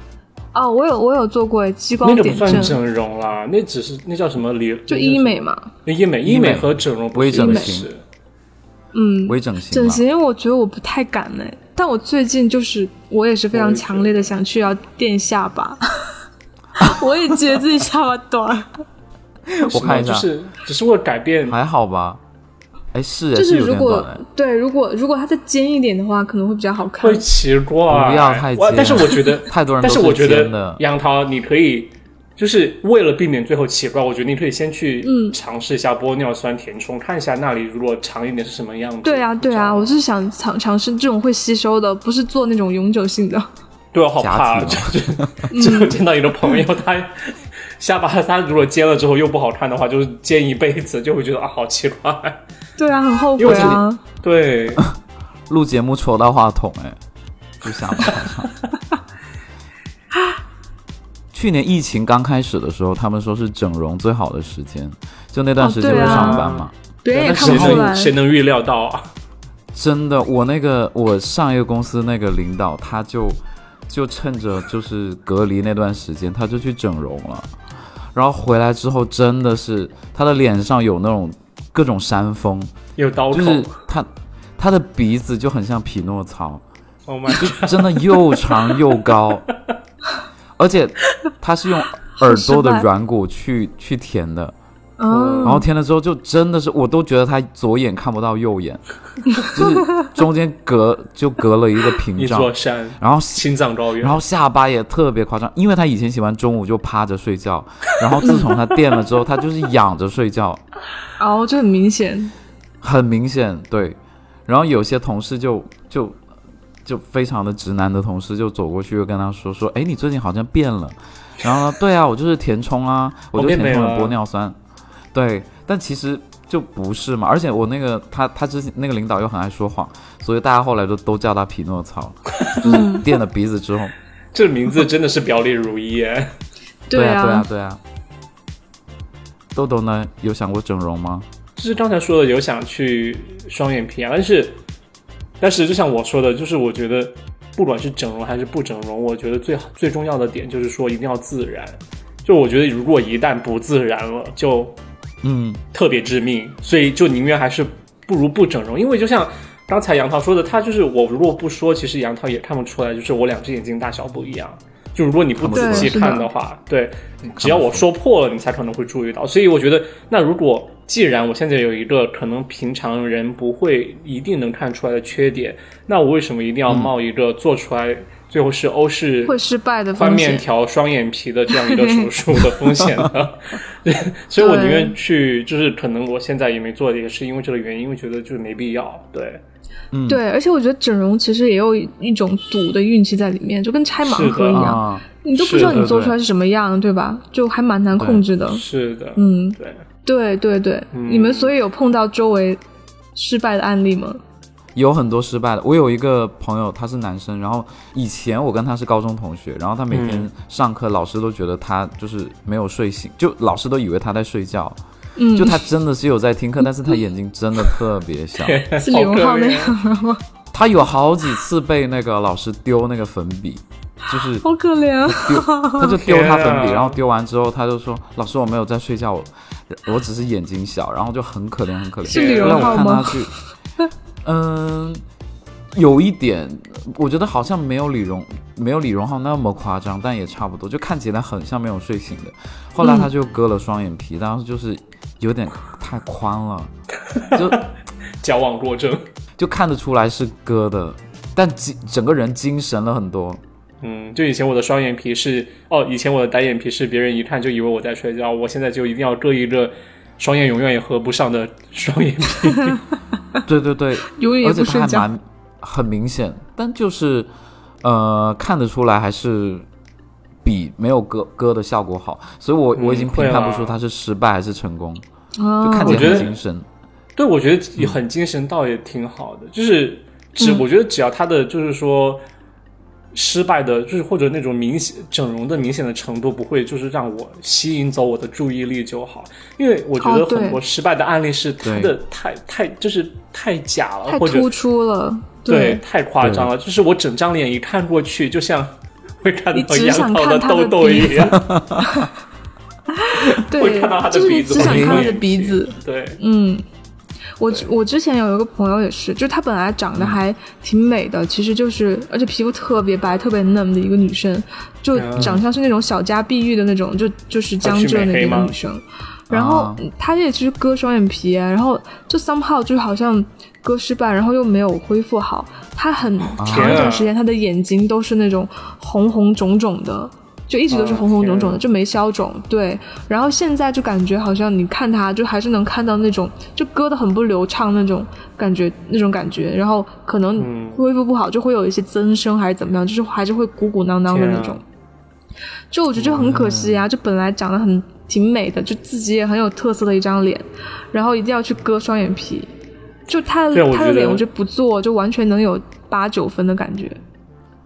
哦，我有我有做过激光
那个不
点
算
阵，
整容啦，那只是那叫什么理？
就医美嘛。
那医美，医
医美
美和整容不是
微整
一回
形
事
嗯，
微整形
整
吗？
形我觉得我不太敢哎、但我最近就是我也是非
我
常
也觉
强烈的想去要垫下巴， 我也觉得自己下巴短，
我看一
是
下，
吗就是只是为了改变
还好吧？哎，是哎
就是
有
如
点
果
短哎。
对如果如果它再尖一点的话，可能会比较好看
会。奇怪，
不要太
哇
尖，
但是我觉得
太多人都
但
是
是我觉
尖的
得杨桃，你可以就是为了避免最后奇怪，我觉得你可以先去
嗯
尝试一下玻尿酸填充，看一下那里如果长一点是什么样子。
对啊，对
这
啊，
样
我就是想尝尝试这种会吸收的，不是做那种永久性的。
对啊，好怕、啊，
假体
就 就就见到你的朋友他。下巴他如果尖了之后又不好看的话，就是尖一辈子，就会觉得啊好奇怪。
对啊，很后
因
悔
为我觉
啊。
对，
录节目戳到话筒哎、就下 巴好像。去年疫情刚开始的时候，他们说是整容最好的时间，就那段时间
哦
不
对
是
啊
上班嘛。
别人也
那
看
谁
不出来
能，谁能预料到啊？
真的，我那个我上一个公司那个领导，他就就趁着就是隔离那段时间，他就去整容了，然后回来之后，真的是他的脸上有那种各种山峰，
有刀口、
就是他他的鼻子就很像匹诺曹，
o h？Oh my god！
真的又长又高，而且它是用耳朵的软骨去 去填的，
嗯
然后填了之后就真的是我都觉得他左眼看不到右眼， 就是中间隔就隔了一个屏
一
障
座，山，
然后
青藏高原。
然后下巴也特别夸张，因为他以前喜欢中午就趴着睡觉，然后自从他垫了之后，他就是仰着睡觉，
然哦后就很明显，
很明显，对。然后有些同事就就就非常的直男的同事就走过去就跟他说说，哎，你最近好像变了。然后呢，对啊，我就是填充啊， 我就
变美
填充了
了
玻尿酸。对，但其实就不是嘛。而且我那个他他之前那个领导又很爱说谎，所以大家后来都都叫他匹诺 曹，就是垫了鼻子之后，
这名字真的是表里如一耶！
对
啊，
对啊，对啊。豆豆呢，有想过整容吗？
就是刚才说的有想去双眼皮啊，但是但是就像我说的，就是我觉得不管是整容还是不整容，我觉得最最重要的点就是说一定要自然。就我觉得如果一旦不自然了，就
嗯，
特别致命，所以就宁愿还是不如不整容，因为就像刚才杨涛说的，他就是我如果不说，其实杨涛也看不出来，就是我两只眼睛大小不一样。就如果你不仔细
对是的
看的话，对，只要我说破了，你才可能会注意到。所以我觉得，那如果既然我现在有一个可能平常人不会一定能看出来的缺点，那我为什么一定要冒一个做出来最后是欧式
会失败的
宽
风
面
险。
条、双眼皮的这样一个手术的风 险 的，所以我宁愿去，就是可能我现在也没做，也是因为这个原因，因为觉得就是没必要。对，
对，而且我觉得整容其实也有一种赌的运气在里面，就跟拆盲
是的
盒一
对
样，
啊，
你都不知道
是的
你做出来是什么样，对吧？就还蛮难控制的。
是的，
嗯，
对，
对对对，
嗯
你们所以有碰到周围失败的案例吗？
有很多失败的。我有一个朋友，他是男生，然后以前我跟他是高中同学，然后他每天
嗯
上课，老师都觉得他就是没有睡醒，就老师都以为他在睡觉，
嗯
就，他真的是有在听课，但是他眼睛真的特别小，
是 李荣浩那样，
他有好几次被那个老师丢那个粉笔，就是
好可怜啊。
丢，他就丢他粉
天
笔，
啊
然后丢完之后他就说：“老师，我没有在睡觉，我我只是眼睛小。”然后就很可怜，很可怜。
是李
后
荣
来
浩
我看
吗
他去，嗯，有一点，我觉得好像没有李荣没有李荣浩那么夸张，但也差不多，就看起来很像没有睡醒的。后来
嗯
他就割了双眼皮，当时就是有点太宽了，就
矫枉过正。
就看得出来是割的，但精整个人精神了很多。
嗯，就以前我的双眼皮是，哦，以前我的单眼皮是别人一看就以为我在睡觉，我现在就一定要割一个双眼永远也合不上的双眼皮。
对对对，
永远也
而
不
且
睡
他还
觉。
蛮很明显，但就是呃看得出来还是比没有歌歌的效果好，所以我
嗯
我已经评判不
会
出
啦嗯
他是失败还是成功，
啊
就看起
我
来
觉
很
得
精神。
对，我觉得很精神，倒也挺好的。就是只、
嗯
我觉得只要他的就是说失败的，就是或者那种明显整容的明显的程度不会，就是让我吸引走我的注意力就好。因为我觉
哦
得
对
很多失败的案例是他
对
的太太就是太假了，
太
或者
突出了，
对，太夸张了，就是我整张脸一看过去，就像会看
你
到
只
杨
想
桃
看他的
痘痘
鼻
一
子
样，会
对
看到他，的
就是
鼻
你
子，
只想看他
我
的
会
鼻子。
对，
嗯，我
对嗯
我之前有一个朋友也是，就是她本来长得还挺美的，其实就是而且皮肤特别白、特别嫩的一个女生，就
嗯
长相是那种小家碧玉的那种，就就是江浙那
去美黑
边的
吗
女生。然后
啊
嗯她也去割双眼皮啊，然后就 somehow 就是好像割失败，然后又没有恢复好。她很长一
天啊
段时间，她的眼睛都是那种红红肿肿的，就一直都是
啊
红红肿肿
天
的，
啊
就没消肿。对，然后现在就感觉好像你看它，就还是能看到那种就割的很不流畅那种感觉，那种感觉。然后可能
嗯
恢复不好，就会有一些增生还是怎么样，就是还是会鼓鼓囊囊的那种
天啊。
就我觉得就很可惜呀、就本来长得很挺美的，就自己也很有特色的一张脸，然后一定要去割双眼皮，就他
对我
他
觉
的脸，
得
我觉得不做就完全能有八九分的感觉。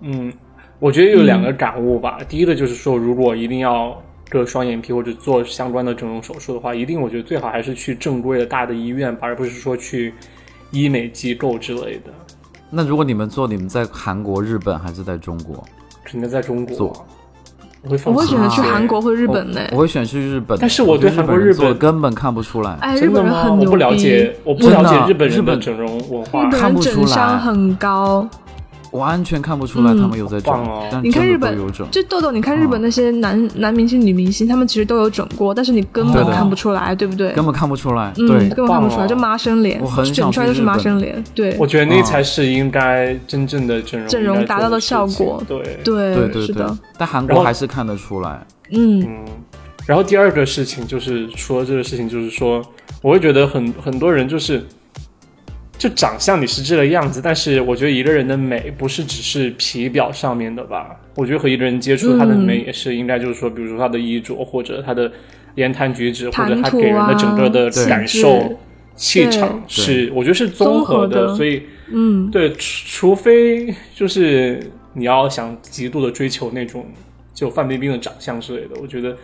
嗯，我觉得有两个感悟吧。第一个就是说，如果一定要割双眼皮或者做相关的整容手术的话，一定我觉得最好还是去正规的大的医院吧，而不是说去医美机构之类的。
那如果你们做，你们在韩国、日本还是在中国？
肯定在中国
做，
我会放
我会
弃
选择
一
去
些
韩国。或日本呢、
我我会选去日本，
但是我
觉得
对韩国
日本人
日
做的
本
根本看不出来。
哎，日
真的
本人
吗？
很
我
牛逼，
不了解，我不
真的
了解日本人
日
的
本
整容文化
日。本
看
人
不出
整伤
来
很高。
完全看不出来
嗯
他们有在整，
好棒哦
但
你看
真的
日本
都有整，啊
就豆豆，你看日本那些男、男明星、女明星，他们其实都有整过，但是你根本
对的
看不出来，对不对？
根本看不出来。
嗯，
对，
根本看不出
好
来，
棒哦
就麻生脸
我很，想
整出来都是
去日本
麻生脸，对
我觉得那
嗯
才是应该真正的整容
整容
应该做
达到的
事
效
情
果
对
对
对对
是
对
的，，
但韩
然
国
后
还是看得出来。
嗯，
嗯，然后第二个事情就是说这个事情，就是说，我会觉得很很多人就是，就长相你是这个样子，但是我觉得一个人的美不是只是皮表上面的吧，我觉得和一个人接触他的美也是应该就是说，比如说他的衣着或者他的言谈举止或者
谈
他
吐
给人
啊
的整个的
气
感
质
受。气
对
场是，我觉得是
综
综合
合的
所以
嗯，
对，除除非就是你要想极度的追求那种就范冰冰的长相之类的，我觉得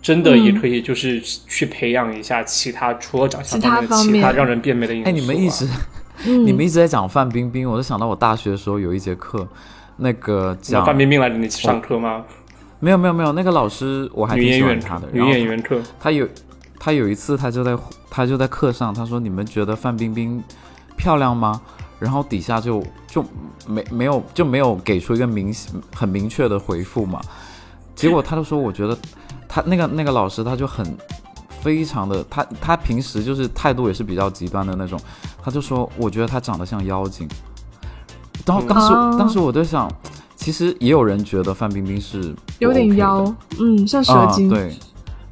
真的
嗯
也可以，就是去培养一下其他、除了长相
其他
面的
方
其
面
他让人变美的因素、啊
哎，你们一直、
嗯
你们一直在讲范冰冰，我就想到我大学的时候有一节课，那个
讲
讲
范冰冰来给你上课吗？
没有没有没有，那个老师我还
女
挺
演
喜欢
员
他的，
女
然后
演员课，
他有他有一次他就在他就在课上，他说你们觉得范冰冰漂亮吗？然后底下就就没没有就没有给出一个明很明确的回复嘛。结果他就说，我觉得他那个那个老师他就很非常的他他平时就是态度也是比较极端的那种，他就说我觉得她长得像妖精。然后当时、
哦
当时我就想，其实也有人觉得范冰冰是不
有
OK
点
的
妖，嗯，像蛇
啊，
精，
对，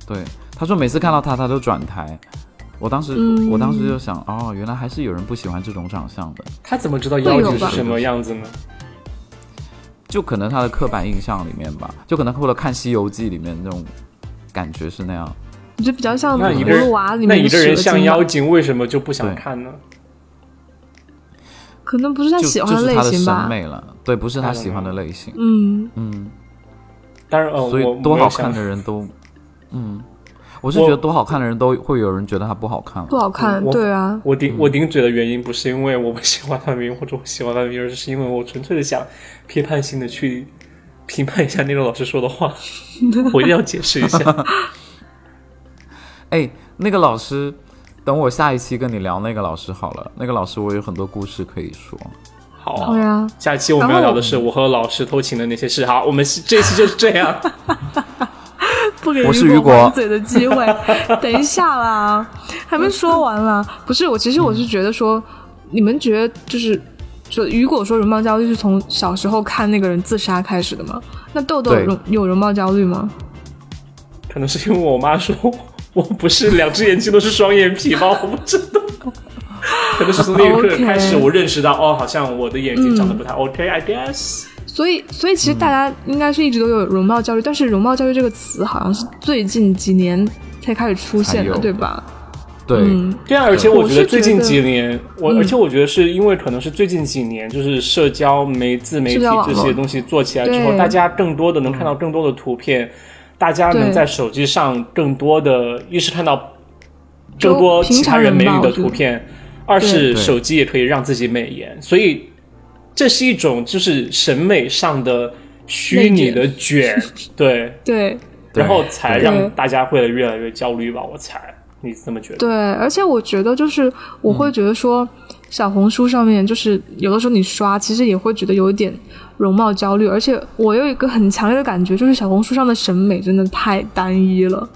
对，他说每次看到他，他都转台。我当时，
嗯
我当时就想，哦，原来还是有人不喜欢这种长相的，
她怎么知道
会
妖
有
精是
吧
什么样子呢？
就可能他的刻板印象里面吧，就可能或者看《西游记》里面那种感觉是那样。
我觉得比较像
那一
葫
个人
芦娃里
那
面
一
的
个
蛇
人像
精吧
妖，精，为什么就不想
对
看呢？
可能不是他
就
喜
就
欢
是
类
他的
型
审
吧，
美了，对，不是他
I don't
喜欢的
know
类型，
嗯，
嗯，
当然，呃，
所
我
以多
我有
好
想
看的人 都，嗯，我是
我
觉得多好看的人都会有人觉得他不好看了
不好看，
我
对啊，
我顶我顶嘴的原因不是因为我不喜欢范冰冰或者我喜欢范冰冰，而是因为我纯粹的想批判性的去评判一下那个老师说的话，我一定要解释一下。
哎，那个老师，等我下一期跟你聊那个老师好了，那个老师我有很多故事可以说。
好
对
啊，
啊，
下期我们要聊的是我和老师偷情的那些事。好，我们是这一期就是这样。
不给
我是
雨
雨果
还嘴的机会。等一下啦，还没说完啦。不是我，其实我是觉得说，你们觉得就是说，雨果说容貌焦虑是从小时候看那个人自杀开始的吗？那豆豆有
对
容有容貌焦虑吗？
可能是因为我妈说我不是两只眼睛都是双眼皮吧，我不知道。可能是从那一刻
OK
开始，我认识到哦，好像我的眼睛长得不太 OK，I、guess。
所以，所以
嗯
其实大家应该是一直都有容貌焦虑，但是容貌焦虑这个词好像是最近几年才开始出现
才
的，
有
对吧？
对，
嗯，
对啊，而且我觉得最近
我是
几
觉得
年，我
嗯
而且我觉得是因为可能是最近几年，就是社交媒自媒
社
体
交网
这
络
些东西做起来之后，
对嗯
大家更多的能看到更多的图片，大家
对
能在手机上更多的一是看到
就
更多其
平
他
常
人
人
美
吧
女
我
的
觉得
图片，二是
对
手机也可以让自己美颜，所以这是一种就是审美上的虚拟的卷，对，
对
对
然后才
对
让大家会越来越焦虑吧，我猜，你这么觉得？
对，而且我觉得就是我
嗯
会觉得说，小红书上面就是有的时候你刷，其实也会觉得有一点容貌焦虑，而且我有一个很强烈的感觉，就是小红书上的审美真的太单一了，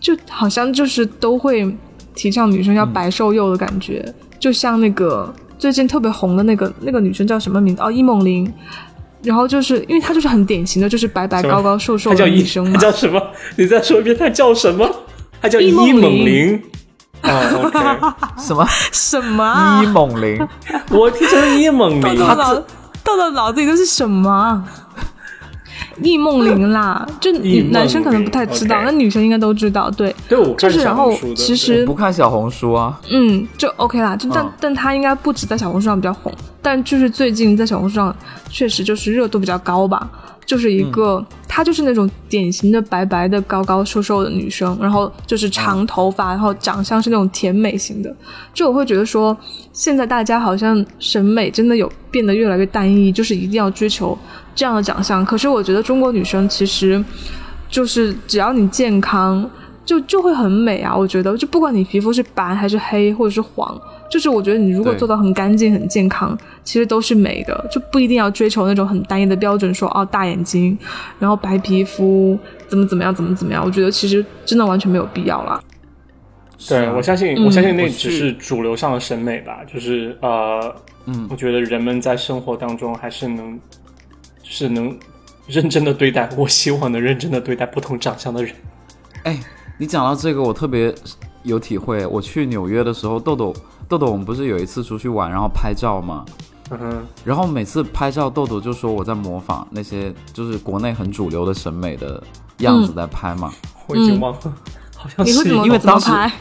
就好像就是都会提倡女
嗯
生要白瘦幼的感觉，就像那个最近特别红的那个那个女生叫什么名字？哦，易梦玲。然后就是因为她就是很典型的，就是白白
什么
高高瘦瘦
他
的
叫
女
伊，
生
他
嘛。
叫什么？你再说一遍，他叫什么？他叫伊
伊梦玲
猛玲。哦
什么
什么、啊
伊？猛林？
，OK，我听成了伊猛
豆
玲
豆。脑，豆豆脑子里都是什么啊？易梦玲啦，就
易
你
梦玲
男生可能不太知道，
OK
那女生应该都知道。对，
对，我
就
看
是
小
然后
红书的。
其
对
我
实
不看小红书啊，
嗯，就 OK 啦，就但、
嗯
但她应该不止在小红书上比较红，但就是最近在小红书上确实就是热度比较高吧，就是
嗯
一个她、就是那种典型的白白的、高高瘦瘦的女生，然后就是长头发，然后长相是那种甜美型的，就我会觉得说，现在大家好像审美真的有变得越来越单一，就是一定要追求这样的长相。可是我觉得中国女生其实就是只要你健康，就就会很美啊。我觉得就不管你皮肤是白还是黑或者是黄，就是我觉得你如果
对
做到很干净、很健康，其实都是美的，就不一定要追求那种很单一的标准，说哦大眼睛，然后白皮肤怎么怎么样，怎么怎么样。我觉得其实真的完全没有必要啦。
啊
对，我相信，我
嗯
相信那
我
只
是
是主流上的审美吧，就是呃，
嗯
我觉得人们在生活当中还是能，是能认真的对待，我希望能认真的对待不同长相的人。
哎，你讲到这个，我特别有体会。我去纽约的时候，豆豆豆豆，我们不是有一次出去玩，然后拍照嘛，
嗯哼，
然后每次拍照，豆豆就说我在模仿那些就是国内很主流的审美的样子在拍嘛。
嗯
我已经忘了，好像
你会
是
怎么
因为
怎么
当时
拍？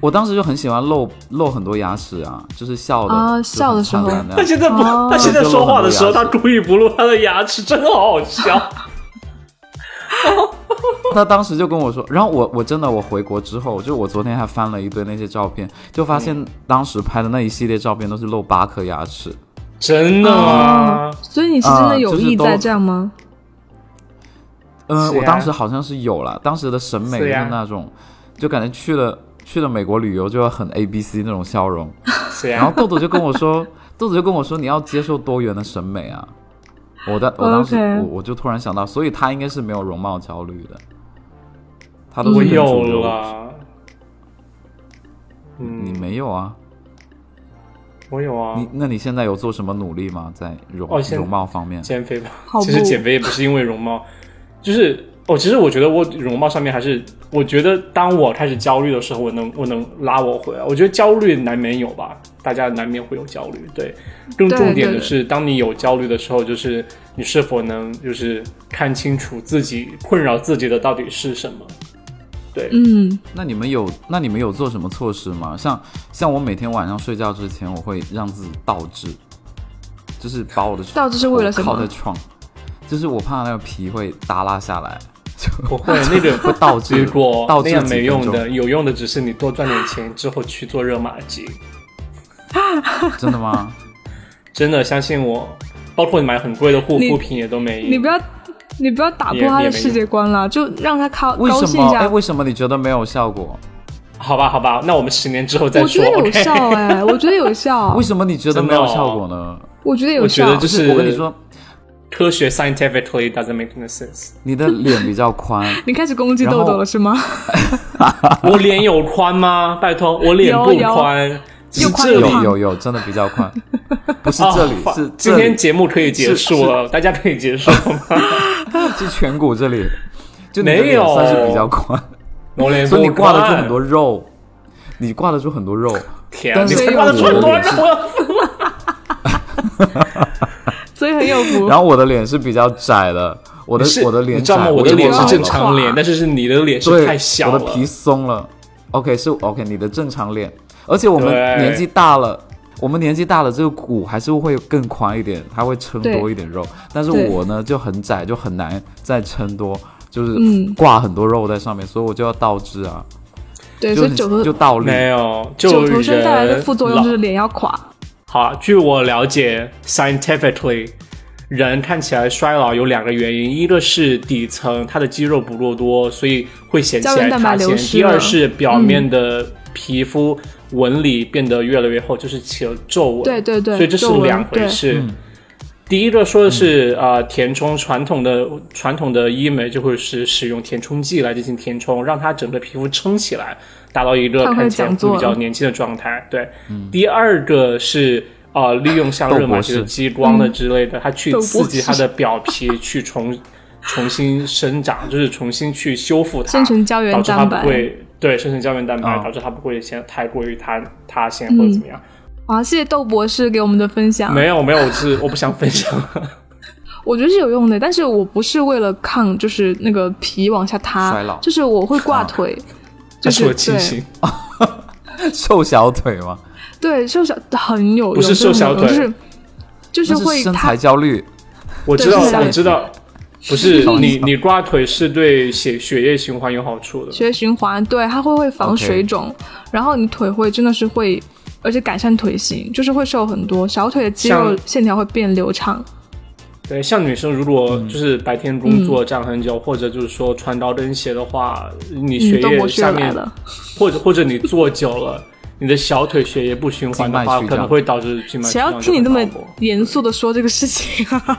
我当时就很喜欢露露很多牙齿啊，就是笑的
啊
就很
笑的时候
灿烂那
他
样
现在不，
哦
他现在说话的时候，
就
他
露
故意不露他的牙齿，真的好好笑。
他当时就跟我说，然后我我真的我回国之后，就我昨天还翻了一堆那些照片，就发
嗯
现当时拍的那一系列照片都是露八颗牙齿。
真的吗？
所以你是真的有意
啊就是
在
都
这样吗？
嗯、
是呀
我当时好像是有了，当时的审美就是
呀
是那种，就感觉去了去了美国旅游就要很 A B C 那种笑容。
谁
然后
啊？
豆豆就跟我 说，豆豆就跟我说你要接受多元的审美啊。我的我当时
OK
我我就突然想到，所以他应该是没有容貌焦虑的，他都是
我
跟
有
主流
了。嗯，
你没有啊？
我有啊
你，那你现在有做什么努力吗？在容、
哦现在
容貌方面？
减肥吧。
好
其实
不
减肥也不是因为容貌，就是哦，其实我觉得我容貌上面还是，我觉得当我开始焦虑的时候，我能我能拉我回来。我觉得焦虑难免有吧，大家难免会有焦虑。对，更
对
重点
对
的
对
是，当你有焦虑的时候，就是你是否能就是看清楚自己困扰自己的到底是什么。对，
嗯，
那你们有那你们有做什么措施吗？像像我每天晚上睡觉之前，我会让自己倒置，就是把我的
倒置是为了什
靠
么
在？床，就是我怕那个皮会耷拉下 来，
不会那个
会倒
结
置，
果
倒
那
置
样
几
没
分
用
钟，
的，有用的只是你多赚点钱之后去做热玛吉。
真的 吗？
真的相信我，包括你买很贵的护肤品也都没
你
用
不。要，你不要打破
也
他
也
的
没
世界观啦，就让他高
为
高
什
兴
么
一？
哎，
下。
为什么你觉得没有效果？
好吧，好吧，那我们十年之后再
我觉
说。
得有
OK，
效哎、我觉得有效
为，什么你觉得
真
没
的
有
哦
效果呢？
我觉得有
我觉
效。
得就
不
是
是，我跟你说，
科学 scientifically doesn't make any sense。
你的脸比较宽，
你开始攻击
然
豆
后
豆了是吗？
我脸有宽吗？拜托，我脸
有
不
有
宽，是
又 宽
这
又
里。
有
胖
有有，真的比较 宽，不是
哦
这里，
fuck，
是
今
这
天
里，
节目可以结束了，大家可以结束了吗？
是颧骨这里，就你
没
的脸
有
算是比较宽。
哎我脸
所以
不
你挂得
宽
住很多，肉，你挂得住很多肉。
天啊，
但
你
是
才挂得住很多
所以
肉啊。
所以很有福。
然后我的脸是比较窄的，我的
是
我的脸
你知
窄，
道吗？我
的
的脸
我
是
有
正
点
常脸，
垮
但是是你的脸是
对，
太小
我
了
的。皮松了。OK，是 OK，你的正常脸，而且我们
对
年纪大了。我们年纪大了，这个骨还是会更宽一点，它会撑多一点肉。但是
对
我呢就很窄，就很难再撑多，就是
嗯
挂很多肉在上面，所以我就要倒置啊，
对，所
就
以九
很
头
就倒立。
没有，就
九头身带来的副作用
人
就是脸要垮。
好，据我了解，scientifically，人看起来衰老有两个原因，一个是底层它的肌肉不够多，所以会显起
胶
来
原蛋白
塌陷；
流失
第二
了嗯
是表面的皮肤纹理变得越来越厚，就是起了皱纹。
对对对，
所以这是
皱纹
两回
对嗯
事。第一个说的是呃填充，传统的传统的医美就会是使用填充剂来进行填充，让它整个皮肤撑起来，达到一个
看会
看起来
讲座
会比较年轻的状态。对，第二个是呃利用像
斗
热玛
博
吉的
士
激光的之类的，它去
嗯斗博
刺激它
士
的表皮 去重重新生长，就是重新去修复它，
生成胶原
导致它
蛋
不
白。
会对生成胶原蛋白，
哦
导致它不会先太过于塌塌陷或者怎么样。
啊，谢谢窦博士给我们的分享。
没有没有，我 是我不想分享。
我觉得是有用的，但是我不是为了抗，就是那个皮往下塌，
衰老
就是我会挂腿，
这
就
是
是
我清醒，
瘦小腿吗？
对对瘦小很有用，
不是
真
瘦
的
小
很有用
腿
就是就
那
是会
身
塌
材，焦虑，
我知道
对是的
我知 道，不是
哦
你你挂腿是对血血液循环有好处的。
血液循环，对，它会会防
OK
水肿然后你腿会真的是会，而且改善腿型，就是会瘦很多，小腿的肌肉
像
线条会变流畅，
对，像女生如果
嗯
就是白天工
嗯
作站很久，或者就是说穿高跟鞋的话，你血
嗯，窦博
液
士
下
又来
面，
了，
或者或者你坐久 了，你的小腿血液不循环的话，
静脉曲张
可能会导致静脉曲
谁
张。
要听你这么严肃的说这个事情啊？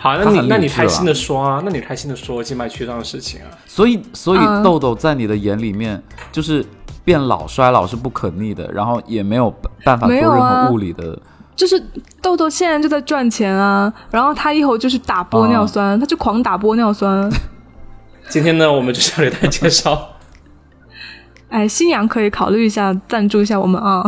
好？那
他
你
很
那
理
你
智
开
了
心的说啊，那你开心的说静脉曲张的事情啊。
所以所以
嗯
豆豆在你的眼里面就是变老衰老是不可逆的，然后也没有办法做
没有
任
啊
何物理的。
就是豆豆现在就在赚钱啊，然后他一会儿就去打玻尿酸，
啊
他就狂打玻尿 酸。
今天呢，我们就是要给大家介绍
哎，新阳可以考虑一下赞助一下我们啊。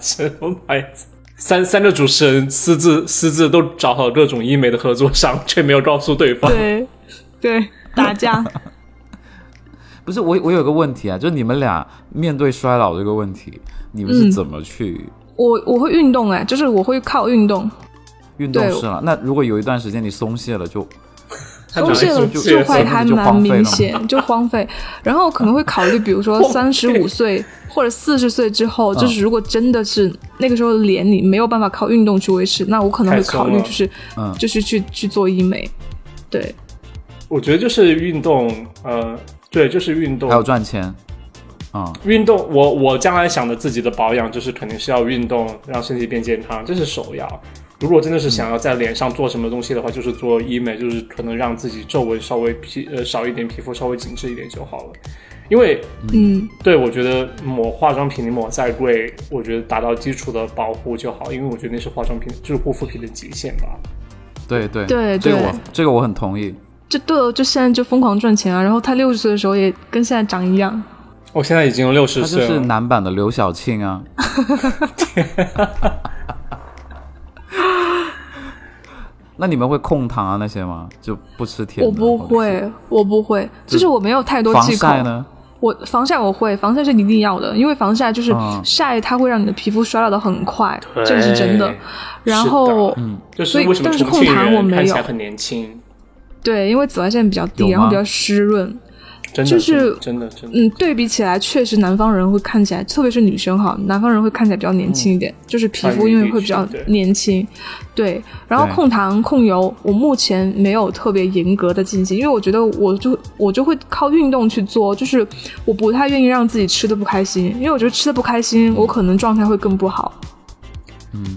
什么牌子？三三个主持人私自私自都找好各种医美的合作商，却没有告诉对方。
对，对，打架。
不是我我有个问题啊，就是你们俩面对衰老这个问题，你们
嗯
是怎么去
我我会运动哎、就是我会靠运动，
运动
对
是了？那如果有一段时间你松懈了就，
他
松懈
长
了
得
就
就
就
会还
就
蛮
荒废了
明
嘛
显，就荒废。然后可能会考虑，比如说三十五岁或者四十岁之
嗯
后，就是如果真的是那个时候的脸你没有办法靠运动去维持，那我可能会
太松
考虑
了
就是
嗯
就是去去做医美。对，
我觉得就是运动，呃，对，就是运动
还。有赚钱，嗯，
运动，我我将来想的自己的保养就是肯定是要运动，让身体变健康，这是首要。如果真的是想要在脸上做什么东西的话，就是做医美，就是可能让自己皱纹稍微皮呃少一点，皮肤稍微紧致一点就好了。因为
嗯，
对，我觉得抹化妆品，你抹再贵，我觉得达到基础的保护就好，因为我觉得那是化妆品，就是护肤品的极限吧。
对对
对
这个
对
我这个我很同意。
就对了，就现在就疯狂赚钱啊！然后他六十岁的时候也跟现在长一样，
我哦现在已经六十
他就
岁
是
了，
男版的刘晓庆啊。 那你们会控糖啊那些吗？就不吃甜的？
我不
或者是。
会，我不会，就是我没有太多
防
忌口。
晒呢？
我防晒我会，防晒是一定要的，因为防晒就是
嗯
晒，它会让你的皮肤衰老的很快，这个是真的嗯
对。
然后
是的嗯就是
所以
为什么
但是
重
控
庆
糖我
人
没
看起
有
来很年轻，
对，因为紫外线比较
有
低，
吗
然后比较湿润，
真的
就是
真的真的。
嗯，对比起来，确实南方人会看起来，特别是女生哈，南方人会看起来比较年轻一
嗯
点，就是皮肤因为会比较年轻，对。然后
对
控糖控油，我目前没有特别严格的进行，因为我觉得我就我就会靠运动去做，就是我不太愿意让自己吃的不开心，因为我觉得吃的不开心，我可能状态会更不好。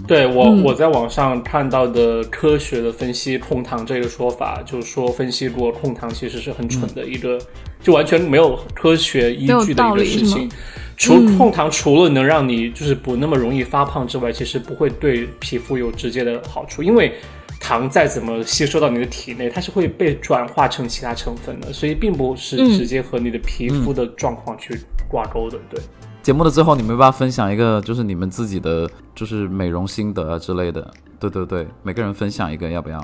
对我、
嗯
我在网上看到的科学的分析控糖这个说法，就是说分析过控糖其实是很蠢的一个，就完全没有科学依据的一个事
嗯没有道理是嗯
情。除控糖除了能让你就是不那么容易发胖之外，其实不会对皮肤有直接的好处，因为糖再怎么吸收到你的体内，它是会被转化成其他成分的，所以并不是
嗯
直接和你的皮肤的状况去挂钩的。对，
嗯
节目的最后，你们要不要分享一个，就是你们自己的，就是美容心得啊之类的？对对对，每个人分享一个，要不要？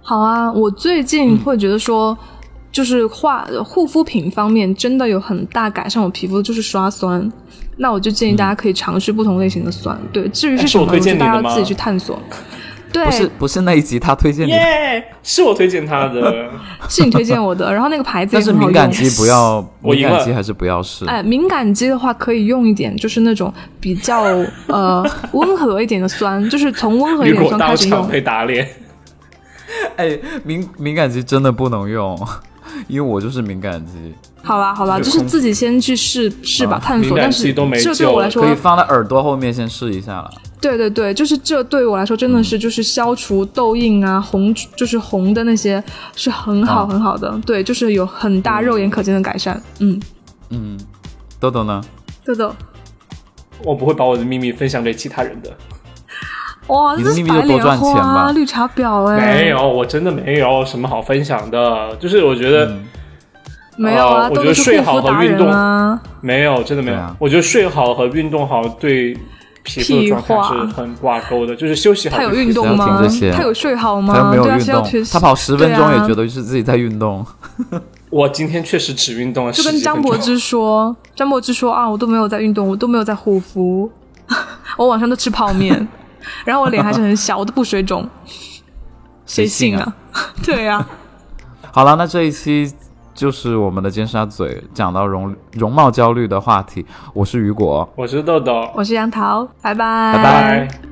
好啊，我最
嗯
近会觉得说，就是化护肤品方面真的有很大改善，我皮肤就是刷酸。那我就建议大家可以尝试不同类型的酸。对，至于是什么，
嗯哎是我推荐
觉得大
你的
家
吗
自己去探索。对
不，是不是那一集他推荐你
耶、，是我推荐他 的，
是你推荐我的。然后那个牌子
但
也
是
很好
敏
用。
感肌不要，
我
敏
赢
感
了
肌还是不要试。
哎，敏感肌的话可以用一点，就是那种比 较呃温和一点的酸，就是从温和一
雨
点
果
的酸
当
开始
场
用。
被打脸。
哎，敏敏感肌真的不能用，因为我就是敏感肌，
好啦好啦，
有
就是
空
自己先去试试吧，
啊
探
敏
索。
感
但
肌
是
都没
这对
救
我
了
来说
可以放在耳朵后面先试一下了。
对对对，就是这对我来说真的
嗯
是就是消除痘印啊、红就是红的那些是很好
嗯
很好的，对，就是有很大肉眼可见的改善。嗯，
嗯，豆豆呢？
豆豆，
我不会把我的秘密分享给其他人的，
哇，
你
这
的
是
秘密就
白
多
莲
赚钱
花
吧
啊绿茶婊哎、
没有，我真的没有什么好分享的。就是我觉得
嗯
没有啊，
哦我
豆
觉
豆
得
是
睡
护
好
肤
和
达
运
人
动
啊。
没有，真的没有。
对啊
我觉得睡好和运动好对皮肤的状态是很挂钩的，就是休息好
他
对皮
有
肤。
运动
不要
吗
听这些？
他有睡好吗？
他又没有
对啊，
运
是要
动
去，
他跑十分钟也觉
对啊
得是自己在运动。
我今天确实只运动了
就
十
跟
几
张
分
柏
钟。
芝说，张柏芝说啊，我都没有在运动，我都没有在护肤， 我晚上都吃泡面，然后我脸还是很小，我都不水肿，谁信啊？ 对呀、啊，
好了，那这一期就是我们的尖沙咀讲到容容貌焦虑的话题。我是雨果，
我是豆豆，
我是杨桃，拜拜，
拜
拜。